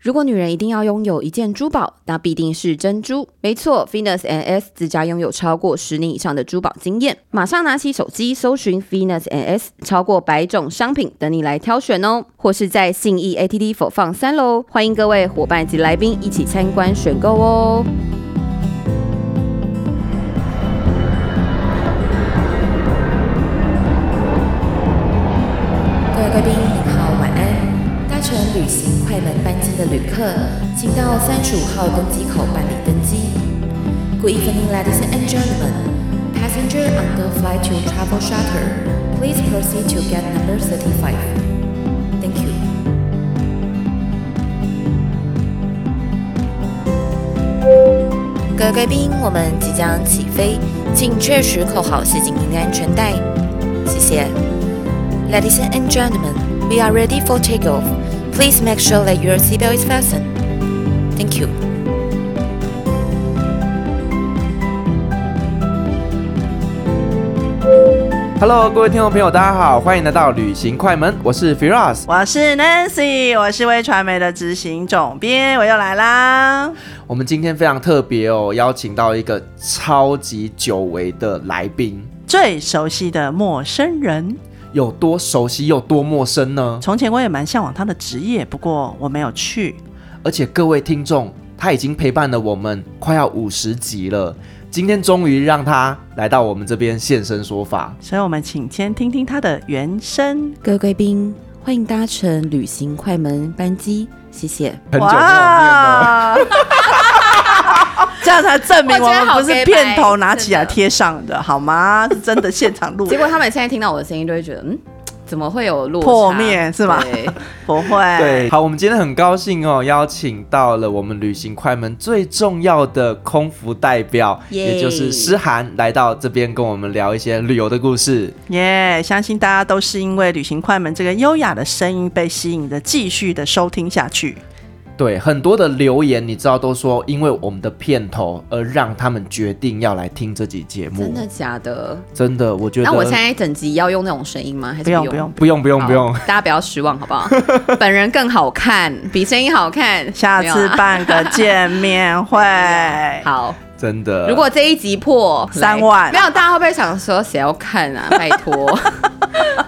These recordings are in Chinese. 如果女人一定要拥有一件珠宝，那必定是珍珠。没错，Venus and S 自家拥有超过十年以上的珠宝经验，马上拿起手机搜寻 Venus and S，超过百种商品等你来挑选哦。或是在信义 ATT 否放三楼，欢迎各位伙伴及来宾一起参观选购哦。各位贵宾，您好，晚安。搭乘旅行快门班机的旅客，请到三十五号登机口办理登机。Good evening, ladies and gentlemen. Passenger on the flight to Travel Charter, please proceed to gate number thirty-five. Thank you. 各位贵宾，我们即将起飞，请确实扣好系紧您的安全带，谢谢。Ladies and gentlemen, we are ready for takeoff. Please make sure that your seatbelt is fastened. Thank you. 哈喽，各位听众朋友，大家好，欢迎来到旅行快门，我是 Firas。我是 Nancy，我是微传媒的执行总编，我又来啦。我们今天非常特别哦，邀请到一个超级久违的来宾，最熟悉的陌生人，有多熟悉又多陌生呢？从前我也蛮向往他的职业，不过我没有去。而且各位听众，他已经陪伴了我们快要五十集了，今天终于让他来到我们这边现身说法。所以，我们请先听听他的原声。各位贵宾，欢迎搭乘旅行快门班机，谢谢。很久没有念了， 这样才证明我我觉得们好不是 gay 片头白拿起来真的贴上的，好吗？是真的现场录的，结果他们现在听到我的声音，就会觉得，嗯，怎么会有落差破灭是吗 对不哎会。对，，好，我们今天很高兴哦，邀请到了我们旅行快门最重要的空服代表耶也就是诗涵，来到这边跟我们聊一些旅游的故事。耶相信大家都是因为旅行快门这个优雅的声音被吸引的，继续的收听下去。对，很多的留言你知道都说，因为我们的片头而让他们决定要来听这集节目。真的，假的？真的，我觉得。那我现在整集要用那种声音吗？还是不用不用用？，不用不用好不用，大家不要失望，好不好？本人更好看，比声音好看。 下没有次啊办个见面会。啊好，真的。如果这一集破三来万没有，大家会不会想说谁要看 啊？拜托，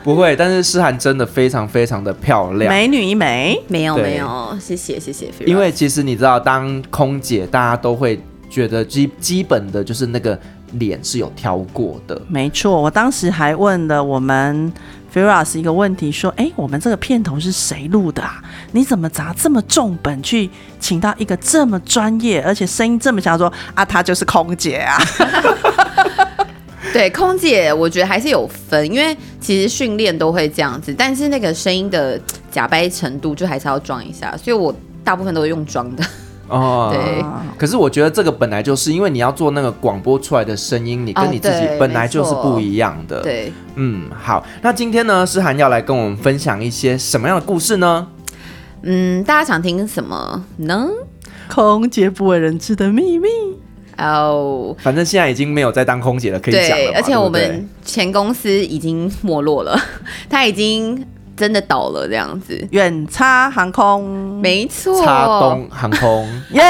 不会，但是诗涵真的非常非常的漂亮。美女一枚，没有对没有，谢谢谢谢。因为其实你知道，当空姐大家都会觉得基基本的就是那个脸是有挑过的。没错，我当时还问了我们 Firas 一个问题，说：“哎，我们这个片头是谁录的啊？你怎么砸这么重本去请到一个这么专业，而且声音这么强？说啊，她就是空姐啊，对空姐，我觉得还是有分，因为其实训练都会这样子，但是那个声音的假掰程度就还是要装一下，所以我大部分都是用装的。哦，对可是我觉得这个本来就是因为你要做那个广播出来的声音，你哦跟你自己对本来就是没错不一样的。对，嗯，好，那今天呢，诗涵要来跟我们分享一些什么样的故事呢？嗯，大家想听什么呢？空姐不为人知的秘密。哦、反正现在已经没有在当空姐了，可以讲了对嘛，而且我对不对们前公司已经没落了， 它已经真的倒了，这样子。远差航空，没错，叉东航空耶、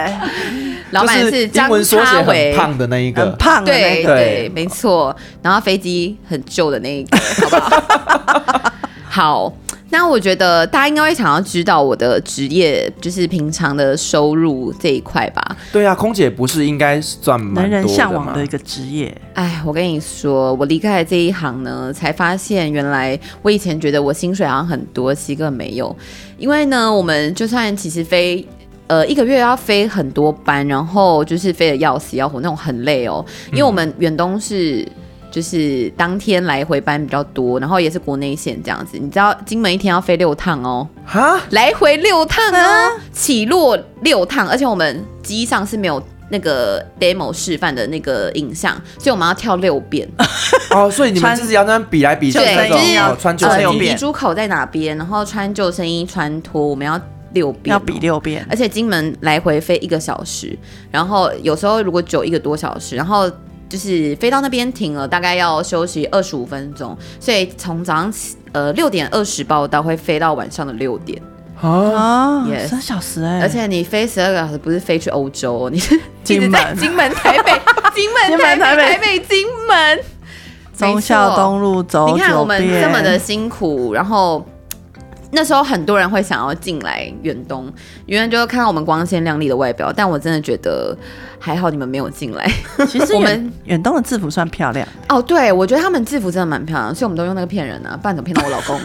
老板就是是张英文缩写叉很伟，胖的那一很个，胖的那对个，对没错。然后飞机很旧的那一个， 好不好？ 好，那我觉得大家应该会想要知道我的职业，就是平常的收入这一块吧。对啊，空姐不是应该算蛮男多人向往吗的一个职业。”哎，我跟你说，我离开了这一行呢，才发现原来我以前觉得我薪水好像很多，其实根本没有。因为呢，我们就算其实飞。呃，一个月要飞很多班，然后就是飞的要死要活那种，很累哦。因为我们远东是就是当天来回班比较多，然后也是国内线这样子。你知道金门一天要飞六趟哦，哈，来回六趟啊，起落六趟，而且我们机上是没有那个 demo 示范的那个影像，所以我们要跳六遍。啊哦，所以你们穿就是要那样比来比去救那生种，衣哦要穿救生穿六呃，衣遍鼻珠口在哪边，然后穿救生衣、穿脱，我们要六遍、要比。六遍，而且金门来回飞一个小时，然后有时候如果久一个多小时，然后就是飞到那边停了，大概要休息二十五分钟，所以从早上起呃六点二十报到会飞到晚上的六点。啊，啊 Yes 三小时哎、而且你飞十二个小时，不是飞去欧洲哦，你是金门一直在金门、台 北、金门、金台门北、台北台北、金门。忠孝东路走你看我九们遍，这么的辛苦，然后。那时候很多人会想要进来远东，因为就是看到我们光鲜亮丽的外表，但我真的觉得还好你们没有进 来。其实我远们远东的制服算漂亮，哦，对，我觉得他们制服真的蛮漂亮，所以我们都用那个骗人啊，不然怎么骗到我 老公？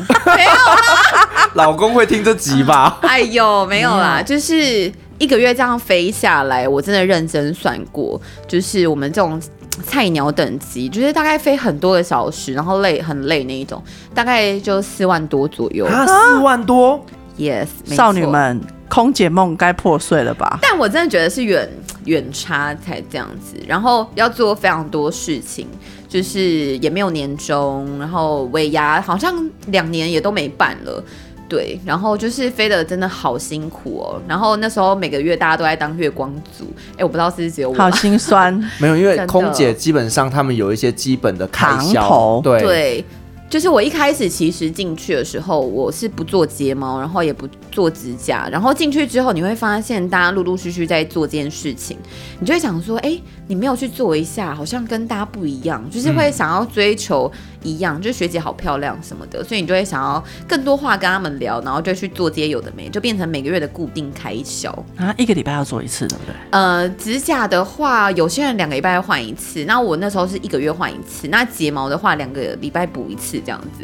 老公会听这集吧？ 哎呦，没有没啦，有就是一个月这样飞下来，我真的认真算过，就是我们这种菜鸟等级，就是大概飞很多个小时，然后累很累那一种，大概就四万多左右。啊，四万多， yes，没少女错。们空姐梦该破碎了吧？但我真的觉得是远远差才这样子，然后要做非常多事情，就是也没有年终，然后尾牙好像两年也都没办了。对，然后就是飞的真的好辛苦哦。然后那时候每个月大家都在当月光族，哎，我不知道是不是只有我吧好 心酸，没有，因为真的空姐基本上他们有一些基本的开行销头，对对，就是我一开始其实进去的时候，我是不做睫毛，然后也不做指甲，然后进去之后，你会发现大家陆陆续续在做这件事情，你就会想说，哎，你没有去做一下，好像跟大家不一样，就是会想要追求一样，就是学姐好漂亮什么的，所以你就会想要更多话跟他们聊，然后就去做这些有的没，就变成每个月的固定开销。啊，一个礼拜要做一次，对不对？呃，指甲的话，有些人两个礼拜换一次，那我那时候是一个月换一次。那睫毛的话，两个礼拜补一次这样子，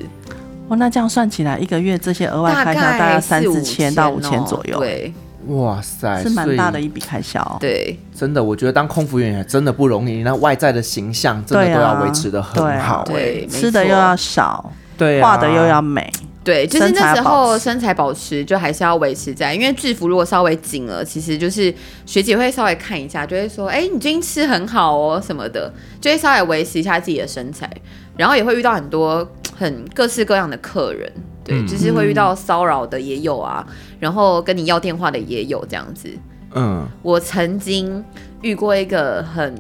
哦，那这样算起来，一个月这些额外开销大概概三四四千到五哦五千左右，对哇塞，是蛮大所的以一笔开销、对，真的，我觉得当空服员也真的不容易，那外在的形象真的对啊都要维持的很好、对啊哎没错吃的又要少，对啊画的又要美，对，就是身材那时要保候持身材保持就还是要维持在，因为制服如果稍微紧了，其实就是学姐会稍微看一下，就会说，哎、你最近吃很好哦什么的，就会稍微维持一下自己的身材，然后也会遇到很多很各式各样的客人，对，嗯就是会遇到骚扰的也有啊，然后跟你要电话的也有这样子，嗯，我曾经遇过一个很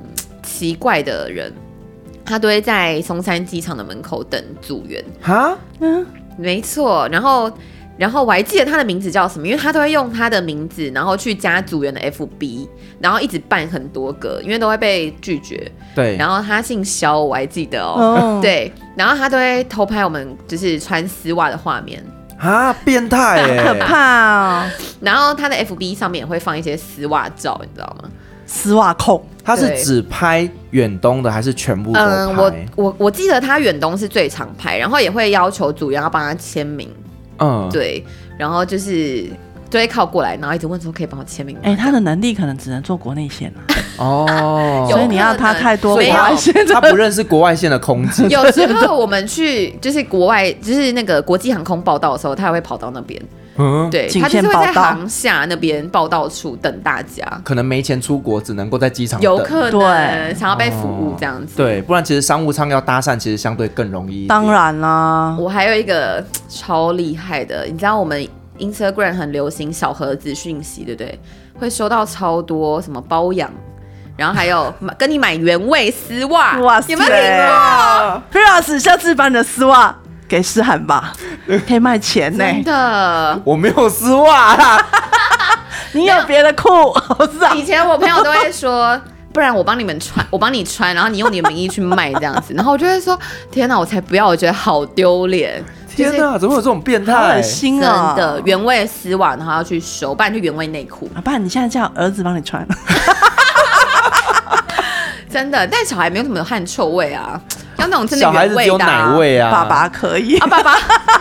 奇怪的人，他都会在松山机场的门口等组员。哈，没错，然后然后我还记得他的名字叫什么，因为他都会用他的名字，然后去加组员的 FB，然后一直办很多个，因为都会被拒绝。对，然后他姓肖，我还记得哦。哦，，对，然后他都会偷拍我们就是穿丝袜的画面，哈，变态、 欸，可怕哦，然后他的 FB 上面也会放一些丝袜照，你知道吗？丝袜控，他是对只拍远东的，还是全部都拍？嗯，我我我记得他远东是最常拍，然后也会要求组员要帮他签名，嗯，对，然后就是就会靠过来，然后一直问说可以帮我签名吗？哎、他的能力可能只能做国内线啊，哦，有所以你要他太多可能，国外线，他不认识国外线的空 姐有时候我们去就是国外，就是那个国际航空报道的时候，他也会跑到那边，嗯，对警他就是线会报在道航厦那边报道处等大家，可能没钱出国，只能够在机场有等可能对哦想要被服务这样子。哦对，不然其实商务舱要搭讪，其实相对更容易。 当，然啦，我还有一个超厉害的，你知道我们 Instagram 很流行小盒子讯息，对不对？会收到超多什么包养，然后还 有买跟你买原味丝袜，有没有听过？ ？Firas，下次把你的丝袜给诗涵吧，可以卖钱呢、真的，我没有丝袜 啊啦，你有别的裤，我知道以。前我朋友都会说。不然我帮你们穿， 我帮你穿，然后你用你的名义去卖这样子，然后我就会说：天哪，我才不要！我觉得好丢脸，天哪，怎么有这种变好态恶？心真哦！的原味丝袜，然后要去收，不然就原味内裤。啊，不然你现在叫儿子帮你啊穿，真的，但小孩没有什么汗臭味啊，要那种真的小孩原子只味有的啊、奶味啊，爸爸可以啊，，爸爸，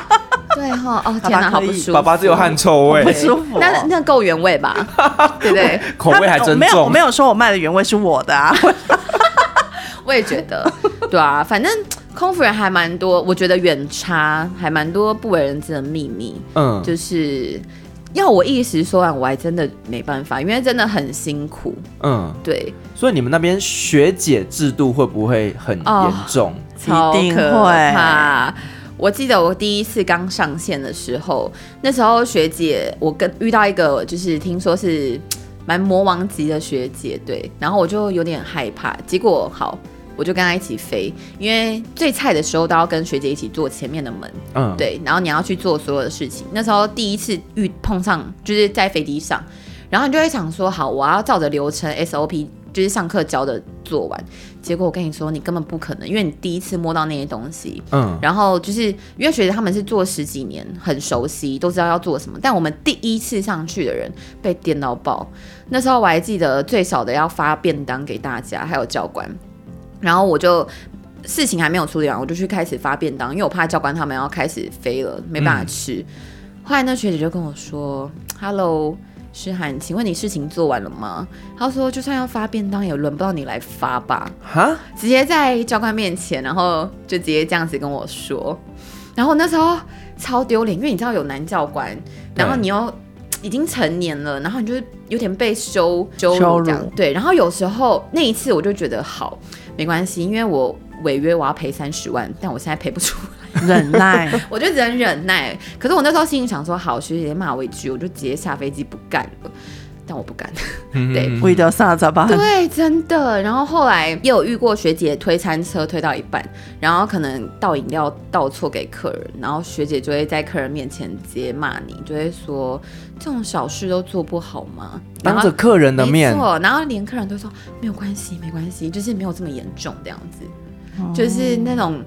对哈、 哦，天哪，爸爸好可以不舒服，爸爸只有汗臭不味，舒服哦。 那那够原味吧？ 对不对？口味还我真没有，我重没。有说我卖的原味是我的啊，我也觉得，对啊，反正空服人还蛮多，我觉得远差还蛮多不为人知的秘密，嗯，就是要我一时说完，我还真的没办法，因为真的很辛苦，嗯，对，所以你们那边学姐制度会不会很哦严重？超一定可会怕。我记得我第一次刚上线的时候，那时候学姐，我跟遇到一个就是听说是蛮魔王级的学姐，对，然后我就有点害怕。结果好，我就跟他一起飞，因为最菜的时候都要跟学姐一起坐前面的门，嗯，，对，然后你要去做所有的事情。那时候第一次遇碰上，就是在飞机上，然后你就会想说，好，我要照着流程 SOP，就是上课教的做完。结果我跟你说，你根本不可能，因为你第一次摸到那些东西。嗯，然后就是因为学姐他们是做十几年，很熟悉，都知道要做什么。但我们第一次上去的人被电到爆，那时候我还记得最少的要发便当给大家，还有教官。然后我就事情还没有处理完，我就去开始发便当，因为我怕教官他们要开始飞了，没办法吃。后来那学姐就跟我说：“Hello，诗涵，请问你事情做完了吗？”她说：“就算要发便当，也轮不到你来发吧。”哈，直接在教官面前，然后就直接这样子跟我说，然后那时候超丢脸，因为你知道有男教官，对然后你又已经成年了，然后你就是有点被羞羞羞辱辱这样，对，然后有时候那一次我就觉得好没关系，因为我违约我要赔三十万，但我现在赔不出忍 耐，我就只能忍耐。可是我那时候心里想说，好，学姐骂我一句，我就直接下飞机不干了，但我不干。对嗯为了啥子吧？对，真的。然后后来也有遇过学姐推餐车推到一半，然后可能倒饮料倒错给客人，然后学姐就会在客人面前直接骂你，就会说这种小事都做不好吗？然当后着客人的面没，错，然后连客人都说没有关系，没关系，就是没有这么严重这样子，就是那种。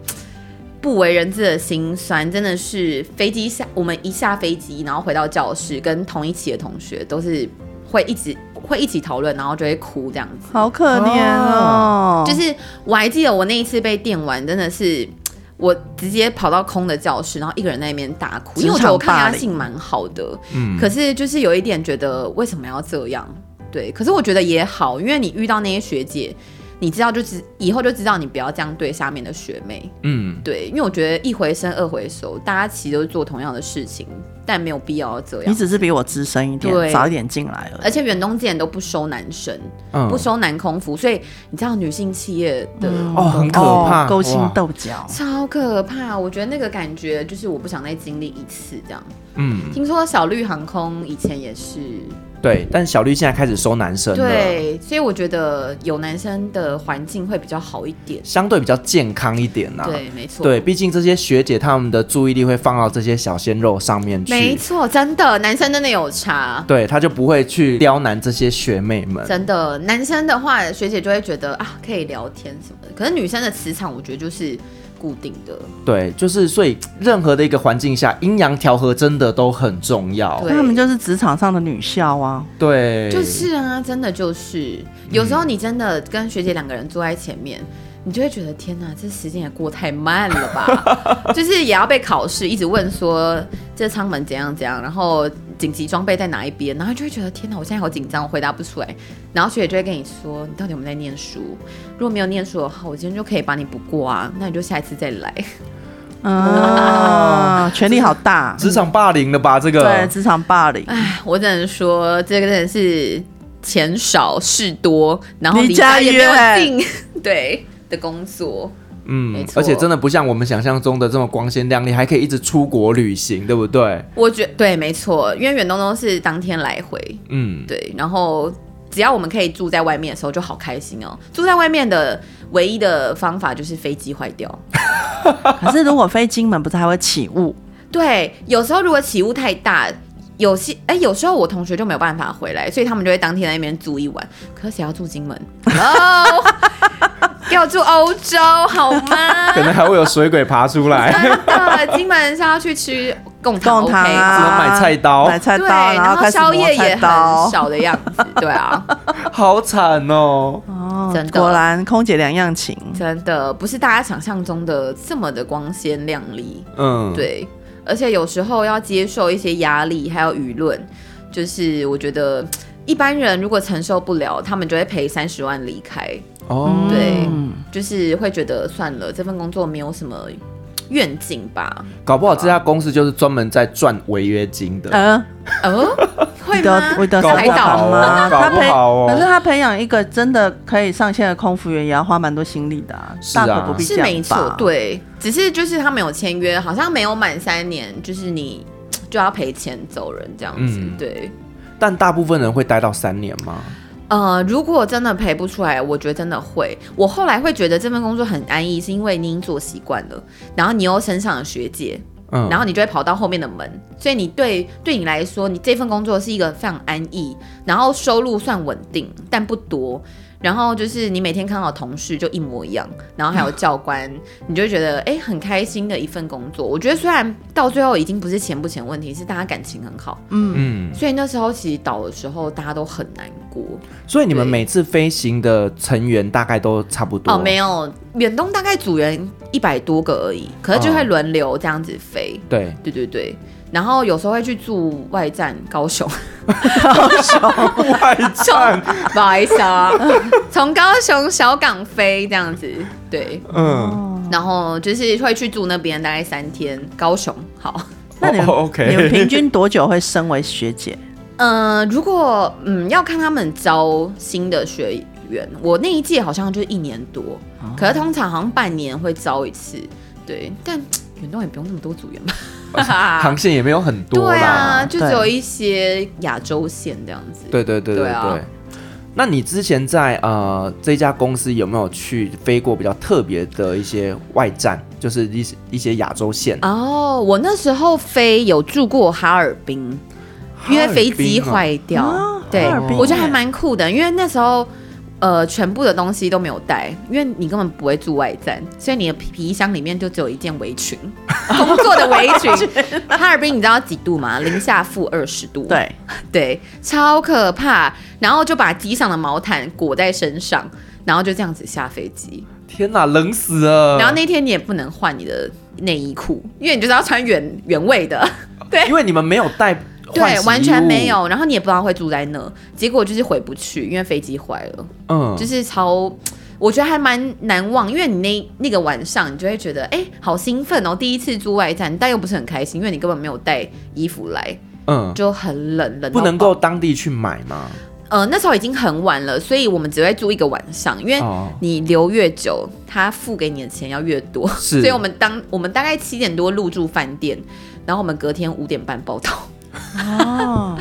不为人知的心酸，真的是飞机下，我们一下飞机，然后回到教室，跟同一期的同学都是会一直会一起讨论，然后就会哭这样子。好可怜哦，就是我还记得我那一次被电完，真的是我直接跑到空的教室，然后一个人在那边大哭，因为我觉得我抗压性蛮好的，嗯，可是就是有一点觉得为什么要这样？对，可是我觉得也好，因为你遇到那些学姐，你知道就知以后就知道你不要这样对下面的学妹。嗯，对，因为我觉得一回生二回熟，大家其实都是做同样的事情，但没有必要这你样。只是比我资深一点，对早一点进来了。而且远东之前都不收男生，嗯不收男空服，所以你知道女性企业的哦，很可怕，哦勾心哇，斗角，超可怕！我觉得那个感觉就是我不想再经历一次这样。嗯，听说小绿航空以前也是，对，但小绿现在开始收男生了，，对，所以我觉得有男生的环境会比较好一点。相对比较健康一点啊呐，对，没错，对，，毕竟这些学姐她们的注意力会放到这些小鲜肉上面没去，错，真的，男生真的有差。对，她就不会去刁难这些学妹们。真的，男生的话，学姐就会觉得啊，可以聊天什么的。可是女生的磁场，我觉得就是固定的。对，就是所以任何的一个环境下，阴阳调和真的都很重要。对那他们就是职场上的女校啊，对，就是啊，真的就是，有时候你真的跟学姐两个人坐在前面，你就会觉得天哪，这时间也过太慢了吧？就是也要被考试，一直问说这舱门怎样怎样，然后紧急装备在哪一边，然后就会觉得天哪，我现在好紧张，我回答不出来。然后学姐就会跟你说，你到底有没有在念书？如果没有念书的话，我今天就可以把你不过啊，那你就下一次再来。嗯，权力好大，职场霸凌了吧？这个对，职场霸凌，我只能说，这个真的是钱少事多，然后离离家家也没有远近，对的工作。没嗯，错而且真的不像我们想象中的这么光鲜亮丽，还可以一直出国旅行，对不对？我觉对，没错，因为远东东是当天来回，嗯，对，然后只要我们可以住在外面的时候，就好开心哦。住在外面的唯一的方法就是飞机坏掉。可是如果飞金门，不是还会起 雾？对，有时候如果起雾太大。有些哎、有时候我同学就没有办法回来，所以他们就会当天在那边住一晚。可是谁要住金 门？Hello，给我住欧洲好吗？可能还会有水鬼爬 出来，真的，金门是要去吃贡糖贡糖 OK 只能啊，买菜刀买菜对，刀，然后后开始宵夜磨也菜很刀。少的样子，对啊，好惨哦。哦真的果然空姐两样情。真的不是大家想象中的这么的光鲜亮丽，嗯，，对，而且有时候要接受一些压力，还有舆论，就是我觉得。嗯一般人如果承受不了，他们就会赔三十万离开，哦，对嗯就是会觉得算了，这份工作没有什么愿景吧？搞不好这家公司就是专门在赚违约金的。呃，哦，会的吗？我的搞海不岛好吗？哦，搞他不培，好可是哦。他培养一个真的可以上线的空服员，也要花蛮多心力的啊，是啊大可不必这是样没错吧，。对，只是就是他没有签约，好像没有满三年，就是你就要赔钱走人这样子，嗯对。但大部分人会待到三年吗？呃，如果真的赔不出来，我觉得真的会。我后来会觉得这份工作很安逸，是因为你已经做习惯了，然后你又身上有学姐，嗯，然后你就会跑到后面的门，所以你对对你来说，你这份工作是一个非常安逸，然后收入算稳定，但不多。然后就是你每天看到的同事就一模一样，然后还有教官，你就会觉得哎很开心的一份工作。我觉得虽然到最后已经不是钱不钱问题，是大家感情很好，嗯，所以那时候其实倒的时候大家都很难过。所以你们对每次飞行的成员大概都差不多哦，没有，远东大概组员一百多个而已，可是就会哦轮流这样子飞。 对，对对对，然后有时候会去住外站高雄， 哦不好意外站，思啊， 从高雄小港飞这样子，对，嗯，哦，然后就是会去住那边大概三天，高雄好。那你们、哦，OK 你们平均多久会升为学姐？呃，如果嗯要看他们招新的学员，我那一届好像就一年多，可是通常好像半年会招一次，对，但远东也不用那么多组员吧。航线也没有很多啊对啊，啦，就只有一些亚洲线这样子。对对对对对啊对。那你之前在呃这家公司有没有去飞过比较特别的一些外站，就是一些一些亚洲线？哦我那时候飞有住过哈尔滨，因为飞机哈尔滨坏哦掉。啊对哈尔滨，我觉得还蛮酷的，因为那时候。呃，全部的东西都没有带，因为你根本不会住外站，所以你的皮皮箱里面就只有一件围裙，工作的围裙。哈尔滨你知道几度吗？零下负二十度。对，对，超可怕。然后就把机上的毛毯裹在身上，然后就这样子下飞机。天哪，冷死了！然后那天你也不能换你的内衣裤，因为你就是要穿原原味 的，因为你们没有带换对洗，衣完全没物，有。然后你也不知道会住在那，结果就是回不去，因为飞机坏了，嗯，就是超。我觉得还蛮难忘，因为你那那个晚上，你就会觉得，哎、好兴奋哦！第一次住外站，但又不是很开心，因为你根本没有带衣服来，嗯，就很冷，冷到不能爆够。当地去买嘛。呃，那时候已经很晚了，所以我们只会住一个晚上，因为哦你留越久，他付给你的钱要越多。是所以我们当我们大概七点多入住饭店，然后我们隔天五点半报到， 哦，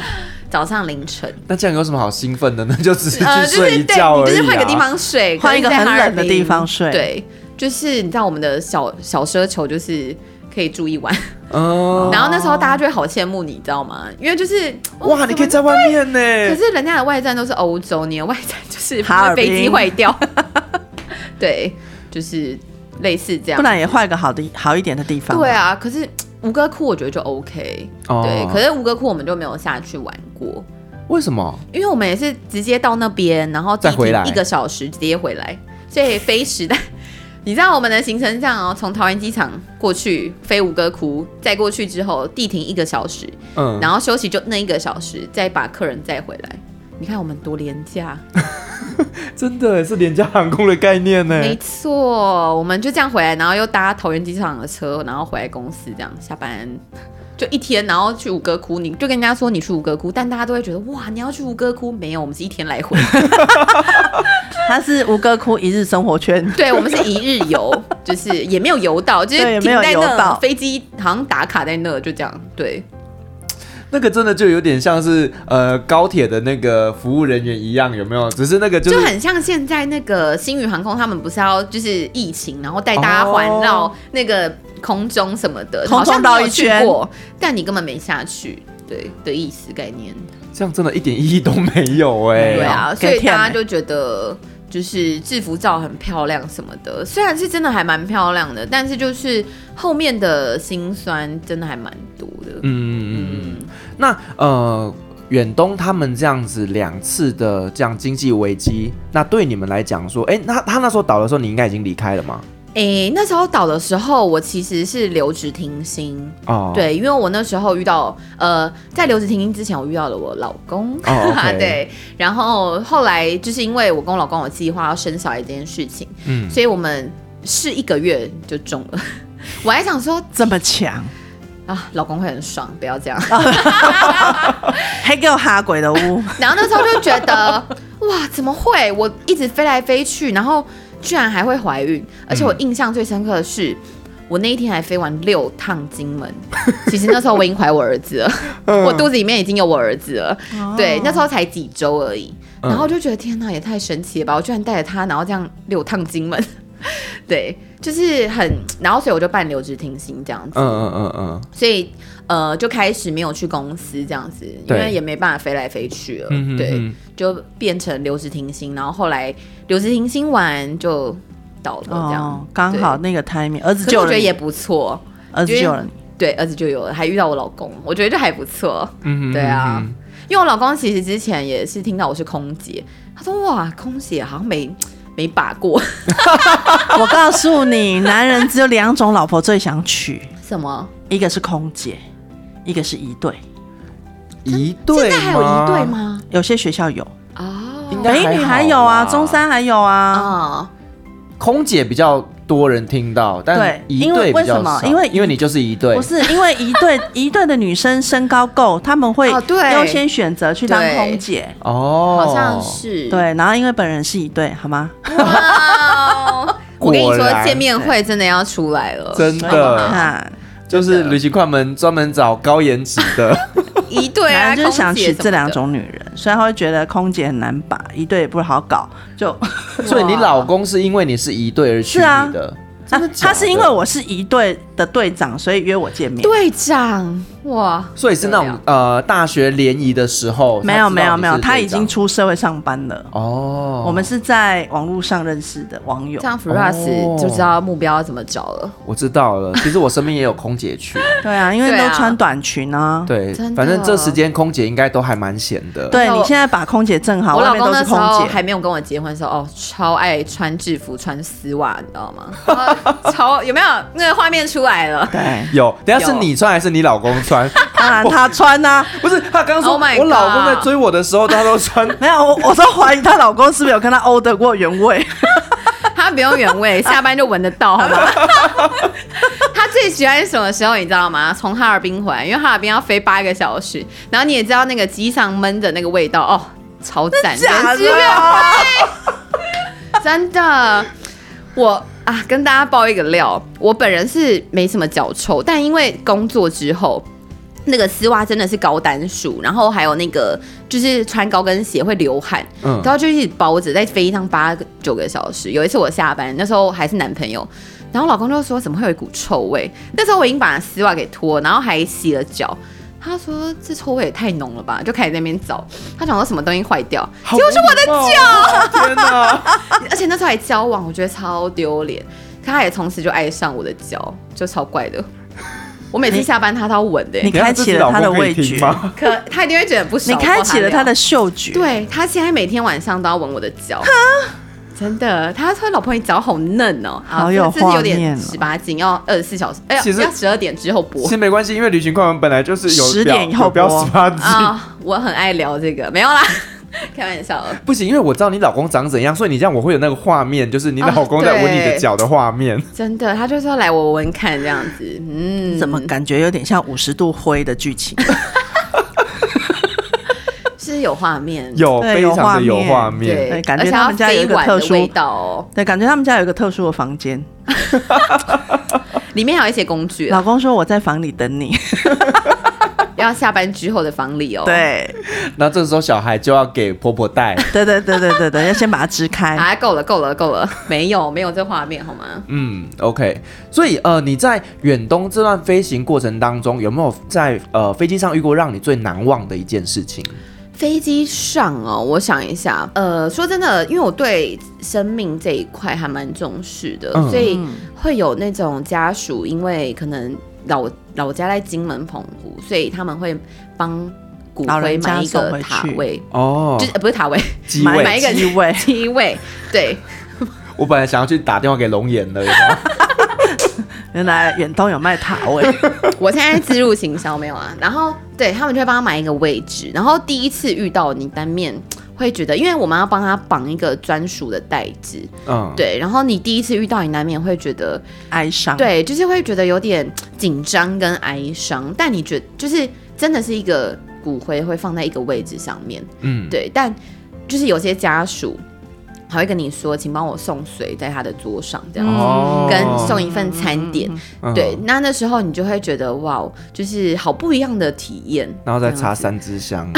早上凌晨。呃那这样有什么好兴奋的呢？ 就只是去就是睡一对觉你而就已、啊是换个地方睡，换一个可是在很哈尔冷的滨地方睡对，就是你知道我们的小小奢求就是可以住一晚，嗯，然后那时候大家就会好羡慕你，知道吗？因为就是哇，你可以。哦在外面呢、可是人家的外站都是欧洲，你的外站就是哈尔滨飞机坏掉， 对，就是类似这样不。然也换一个好的好一点的地方。对，啊，可是吴哥窟我觉得就 OK，、哦对，可是吴哥窟我们就没有下去玩过，为什么？因为我们也是直接到那边，然后地再回来铁一个小时直接回来，所以飞时代。 你知道我们的行程这样哦，从桃园机场过去飞吴哥窟，再过去之后地停一个小时，嗯，然后休息就那一个小时，再把客人载回来。你看我们多廉价，真的是廉价航空的概 念呢、没错，我们就这样回来，然后又搭桃园机场的车，然后回来公司这样下班。 就一天，然后去五哥窟，你就跟人家说你去五哥窟，但大家都会觉得哇，你要去五哥窟？没有，我们是一天来 回，它是吴哥窟一日生活圈。对我们是一日游，就是也没有游到，就是对也停没有在游那，到飞机好像打卡在那，就这样。对，那个真的就有点像是呃高铁的那个服务人员一样，有没有？只是那个就就是很像现在那个星宇航空，他们不是要就是疫情，然后带大家环绕哦那个空中什么的，空中好像你绕有一去圈过，但你根本没下去，对的意思概念。这样，真的一点意义都没有哎、对啊，所以给骗大家欸就觉得就是制服照很漂亮什么的，虽然是真的还蛮漂亮的，但是就是后面的辛酸真的还蛮多的。嗯嗯嗯嗯嗯。那呃，远东他们这样子两次的这样经济危机，那对你们来讲说，哎、那他那时候倒的时候，你应该已经离开了嘛？诶、那时候倒的时候，我其实是留职停薪，哦，，对，因为我那时候遇到，呃，在留职停薪之前，我遇到了我老公，哦，OK 对，然后后来就是因为我跟我老公有计划要生小孩这件事情，嗯，所以我们试一个月就中了。 我还想说这么强，啊，老公会很爽，不要这样。还给我哈鬼 的屋，然后那时候就觉得，哇，怎么会？我一直飞来飞去，然后居然还会怀孕，而且我印象最深刻的是。我那一天还飞完六趟金门。 其实那时候我已经怀我儿子了，我肚子里面已经有我儿子了。对，那时候才几周而已，嗯然后就觉得天哪，也太神奇了吧！我居然带着他，然后这样六趟金门。 对，就是很，然后所以我就办留职停薪这样子。嗯嗯嗯嗯所以呃，就开始没有去公司这样子，因对为也没办法飞来飞去了，嗯哼对哼，就变成留职停薪，然后后来留职停薪完就倒了这样，哦，刚好那个 timing，儿子可是救我了觉得你，也不错，儿子因为救了你，对，儿子就有了，还遇到我老公，我觉得就还不错，嗯哼，对啊嗯哼因为我老公其实之前也是听到我是空姐，他说哇，空姐好像没没把过我告诉你，男人只有两种老婆最想娶，什 么，一个是空姐，一个是一对。一对现在还有一对？吗？有些学校有，哦应该北还女好还有啦啊，中山还有啊。哦，空姐比较多人听到，但对一因为对为比较什么少因为一因为你就是一对不，是因为一对一对的女生身高够，他们会哦对优先选择去当对空姐。哦，好像是，对，然后因为本人是一对，好吗？哇哦！我跟你果说，然见面会真的要出来了，真的，看，就是旅行快门专门找高颜值的。 一对男啊，人就是想娶娶这两，种女人，所以他会觉得空姐很难把，一对也不好搞，就 所以你老公是因为你是一对而娶你的，啊他假他的是因为我是一队的队长，所以约我见面。队长哇，所以是那种呃大学联谊的时候，啊没有没有没有，他他已经出社会上班了。哦，我们是在网络上认识的网友这，样 Fras 哦就知道目标要怎么找了。我知道了。其实我身边也有空姐 去，对啊，因为对啊都穿短裙啊。对真的，反正这时间空姐应该都还蛮闲的。对那我你现在把空姐正好，我外老面公都那是时候空还姐。没有跟我结婚的时候，哦，超爱穿制服、穿丝袜，你知道 吗？啊超有没有那个画面出来了？对，有，等下是有你穿还是你老公 穿？当然他穿啊，不是，他刚刚说 Oh my 我老公 God 在追我的时候，他都 穿。没有我，我都怀疑她老公是不是有跟她欧得过原 味。他不用原 味，下班就闻得到，好吗？ 他最喜欢什么时候，你知道吗？从哈尔滨回来，因为哈尔滨要飞八个小时，然后你也知道那个机上闷的那个味道，哦，超赞，假原 汁原的啊， 真的，我啊，跟大家爆一个料，我本人是没什么脚臭，但因为工作之后。那个丝袜真的是高单数，然后还有那个就是穿高跟鞋会流汗，嗯然后就一直包着在飞机上八个九个小时。有一次我下班，那时候还是男朋友，然后我老公就说怎么会有一股臭味？那时候我已经把丝袜给脱，然后还洗了脚。他说这臭味也太浓了吧，就开始在那边找，他想说什么东西坏掉，结果是我的脚！啊天哪！而且那时候还交往，我觉得超丢脸。可他也从此就爱上我的脚，就超怪的。我每次下班他都要闻的、 你欸，开启了他的等一下味这是觉老公可以听吗？可他一定会觉得很不你爽。开启了他的我嗅觉。爆他料，对他现在每天晚上都要闻我的脚。真的，他说老婆你脚好嫩哦，好有这这是有画面点哦十八禁，要二十四小时，哎、呀，其实要十二点之后播 其实没关系，因为旅行快门本来就是有10点以后不要播十八禁。啊、我很爱聊这个，没有啦， 开玩笑的。不行，因为我知道你老公长怎样，所以你这样我会有那个画面，就是你老公在闻你的脚的画面。真的，他就说来我闻看这样子，嗯，怎么感觉有点像五十度灰的剧情？是有画面？有对非常的有有画画对，面。对哎感而觉且他要们家有一飞个碗特的殊味道哦。对，感觉他们家有一个特殊的房间。里面还有一些工具啊，老公说我在房里等你。要下班之后的房里哦。，对，然后这时候小孩就要给婆婆带。对对对对对对，要先把它支开。啊，够了，够了，够了，没有，没有这画面好吗？嗯，OK。所以呃，你在远东这段飞行过程当中，有没有在呃飞机上遇过让你最难忘的一件事情？飞机上哦，我想一下，呃，说真的，因为我对生命这一块还蛮重视的，嗯所以会有那种家属，因为可能老老家在金门澎湖，所以他们会帮骨老灰人家买一送个回塔去位，哦就是、呃不是塔位， 机买买一位。个机位机位，对，我本来想要去打电话给龙岩的，有没有原来远东有卖 塔位，我现在自入行销没有啊，然后对他们就会帮他买一个位置，然后第一次遇到你单面会觉得，因为我们要帮他绑一个专属的带子，嗯，对，然后你第一次遇到你难免会觉得，哀伤。，对，就是会觉得有点紧张跟哀伤，但你觉就是真的是一个骨灰会放在一个位置上面，嗯，对，但就是有些家属还会跟你说，请帮我送水在他的桌上这样子，嗯哦跟送一份餐点。嗯对，，那那时候你就会觉得哇，就是好不一样的体验。然后再这样插子三 支香，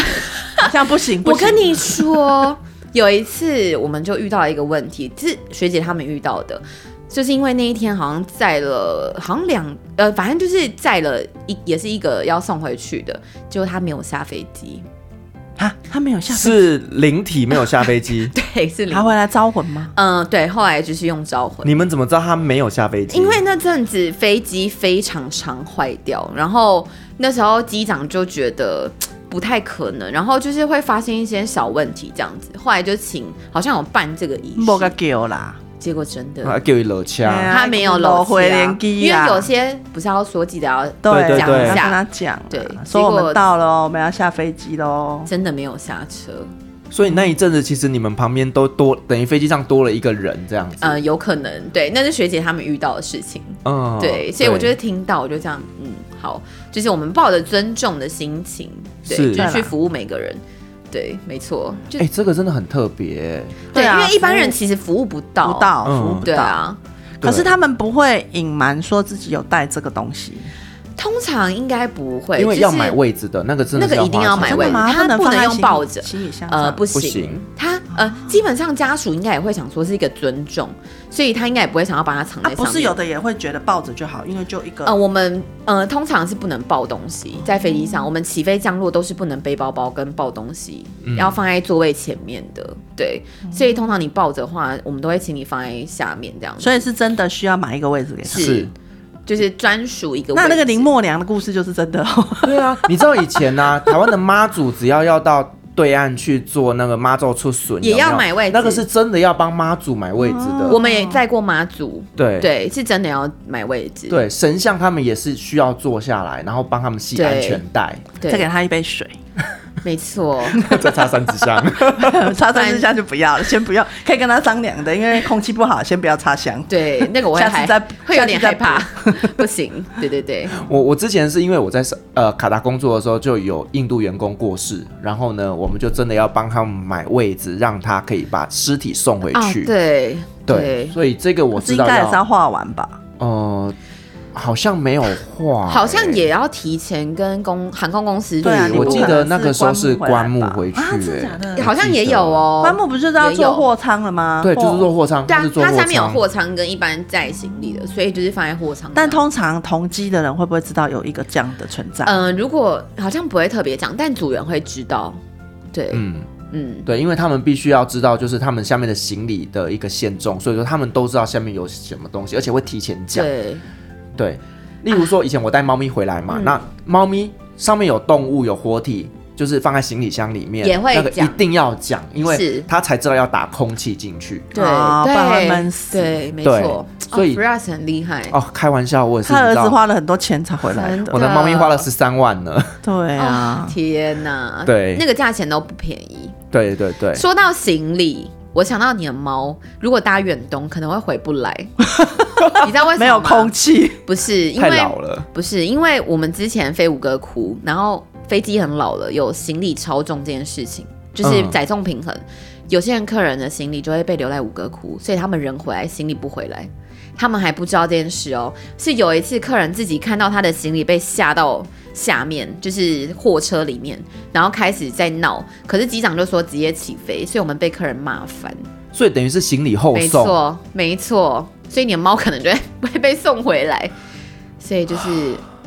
好像不行，不我行跟你说，有一次我们就遇到一个问题，是学姐他们遇到的，就是因为那一天好像载了，好像两呃，反正就是载了一，也是一个要送回去的，结果他没有下飞机， 啊，他没有下飞是灵体没有下 飞机，对，是机，零他，会来招魂吗？嗯、对，后来就是用召回。你们怎么知道他没有下飞机？因为那阵子飞机非常常坏掉，然后那时候机长就觉得不太可能，然后就是会发现一些小问题这样子，后来就请好像有办这个仪莫个式，叫啦，结果真的啊，给我哎掐，呀他没有落楼回连因机啊为有些不是要说记得要对对要对跟他讲啊，对说我结们果哦到了哦，我们要下飞机喽。真的没有下车，所以那一阵子其实你们旁边都多等于飞机上多了一个人这样子，呃，有可能对，那是学姐他们遇到的事情，嗯，对，所以我就会听到，我就这样，嗯，好，就是我们抱着尊重的心情，对，是就是对去啦服务每个人，对，没错，就、哎、这个真的很特别，对，对啊因为一般服务人其实服务不到，不到，嗯服务不对到。啊，可是对他们不会隐瞒说自己有带这个东西，通常应该不会，因为就是要买位置的那个真的那个是一定要花买钱真位的置吗？他能不放能在用行李抱着行李箱呃，上不不行，行他呃，基本上家属应该也会想说是一个尊重，所以他应该也不会想要把它藏在啊，上面。不是有的也会觉得抱着就好，因为就一个呃，我们呃通常是不能抱东西，在飞机上，我们起飞降落都是不能背包包跟抱东西，嗯要放在座位前面的。对，所以通常你抱着的话，我们都会请你放在下面这样子，所以是真的需要买一个位置给他。 是，就是专属一个位置。那那个林默娘的故事就是真的、哦，对啊，你知道以前呢、台湾的妈祖只要要到对岸去做那个妈祖出巡，也有没有要买位置那个是真的要帮妈祖买位置的，我们也在过马祖，对对，是真的要买位置，对，神像他们也是需要坐下来，然后帮他们系对安全带， 再给对，他一杯水， 没错，再插三支香。 插三支香就不要了，先不要，可以跟他商量的，因为空气不好，先不要插香。对，那个我会下次害再会有点下害次再怕，不行，对对对，我我之前是因为我在上呃卡达工作的时候就有印度员工过世，然后呢，我们就真的要帮他们买位置，让他可以把尸体送回啊，去。对对所以这个我这知应道该也是要要，画完吧？呃，好像没有画、好像欸也要提前跟公航空公司对啊预你约我不记可得能那是个时候是棺木回来棺木吧回去、啊真的欸假的我好像记也得有哦，棺木不是都要也做有货仓了吗？对，就是货。做货仓，对它啊是，做它货上面有仓。货仓跟一般载行李的，所以就是放在货仓上。但通常同机的人会不会知道有一个这样的存在？嗯、如果好像不会特别讲，但组员会知道。对，嗯，嗯，对，因为他们必须要知道，就是他们下面的行李的一个限重，所以说他们都知道下面有什么东西，而且会提前讲。对，对，例如说以前我带猫咪回来嗯嘛，那猫咪上面有动物有活体，就是放在行李箱里面，也会那个讲一定要讲，因为是它才知道要打空气进去。对，啊哦不然会闷对，死对，没对错。所以 f r a s 很厉害。哦，开玩笑，我也是他你儿知子道，花了很多钱才回来真的。我的猫咪花了十三万呢。对啊哦，天哪！对那个价钱都不便宜。对对对，说到行李，我想到你的猫，如果搭远东可能会回不来， 你知道为什么吗没有空气，不是因太为老了。不是因为我们之前飞五哥窟，然后飞机很老了，有行李超重这件事情，就是嗯载重平衡。有些人客人的行李就会被留在五哥窟，所以他们人回来，行李不回来。他们还不知道这件事哦，是有一次客人自己看到他的行李被下到下面，就是货车里面，然后开始在闹，可是机长就说直接起飞，所以我们被客人骂翻。所以等于是行李后没送，错，没错，所以你的猫可能就会会 被送回来，所以就是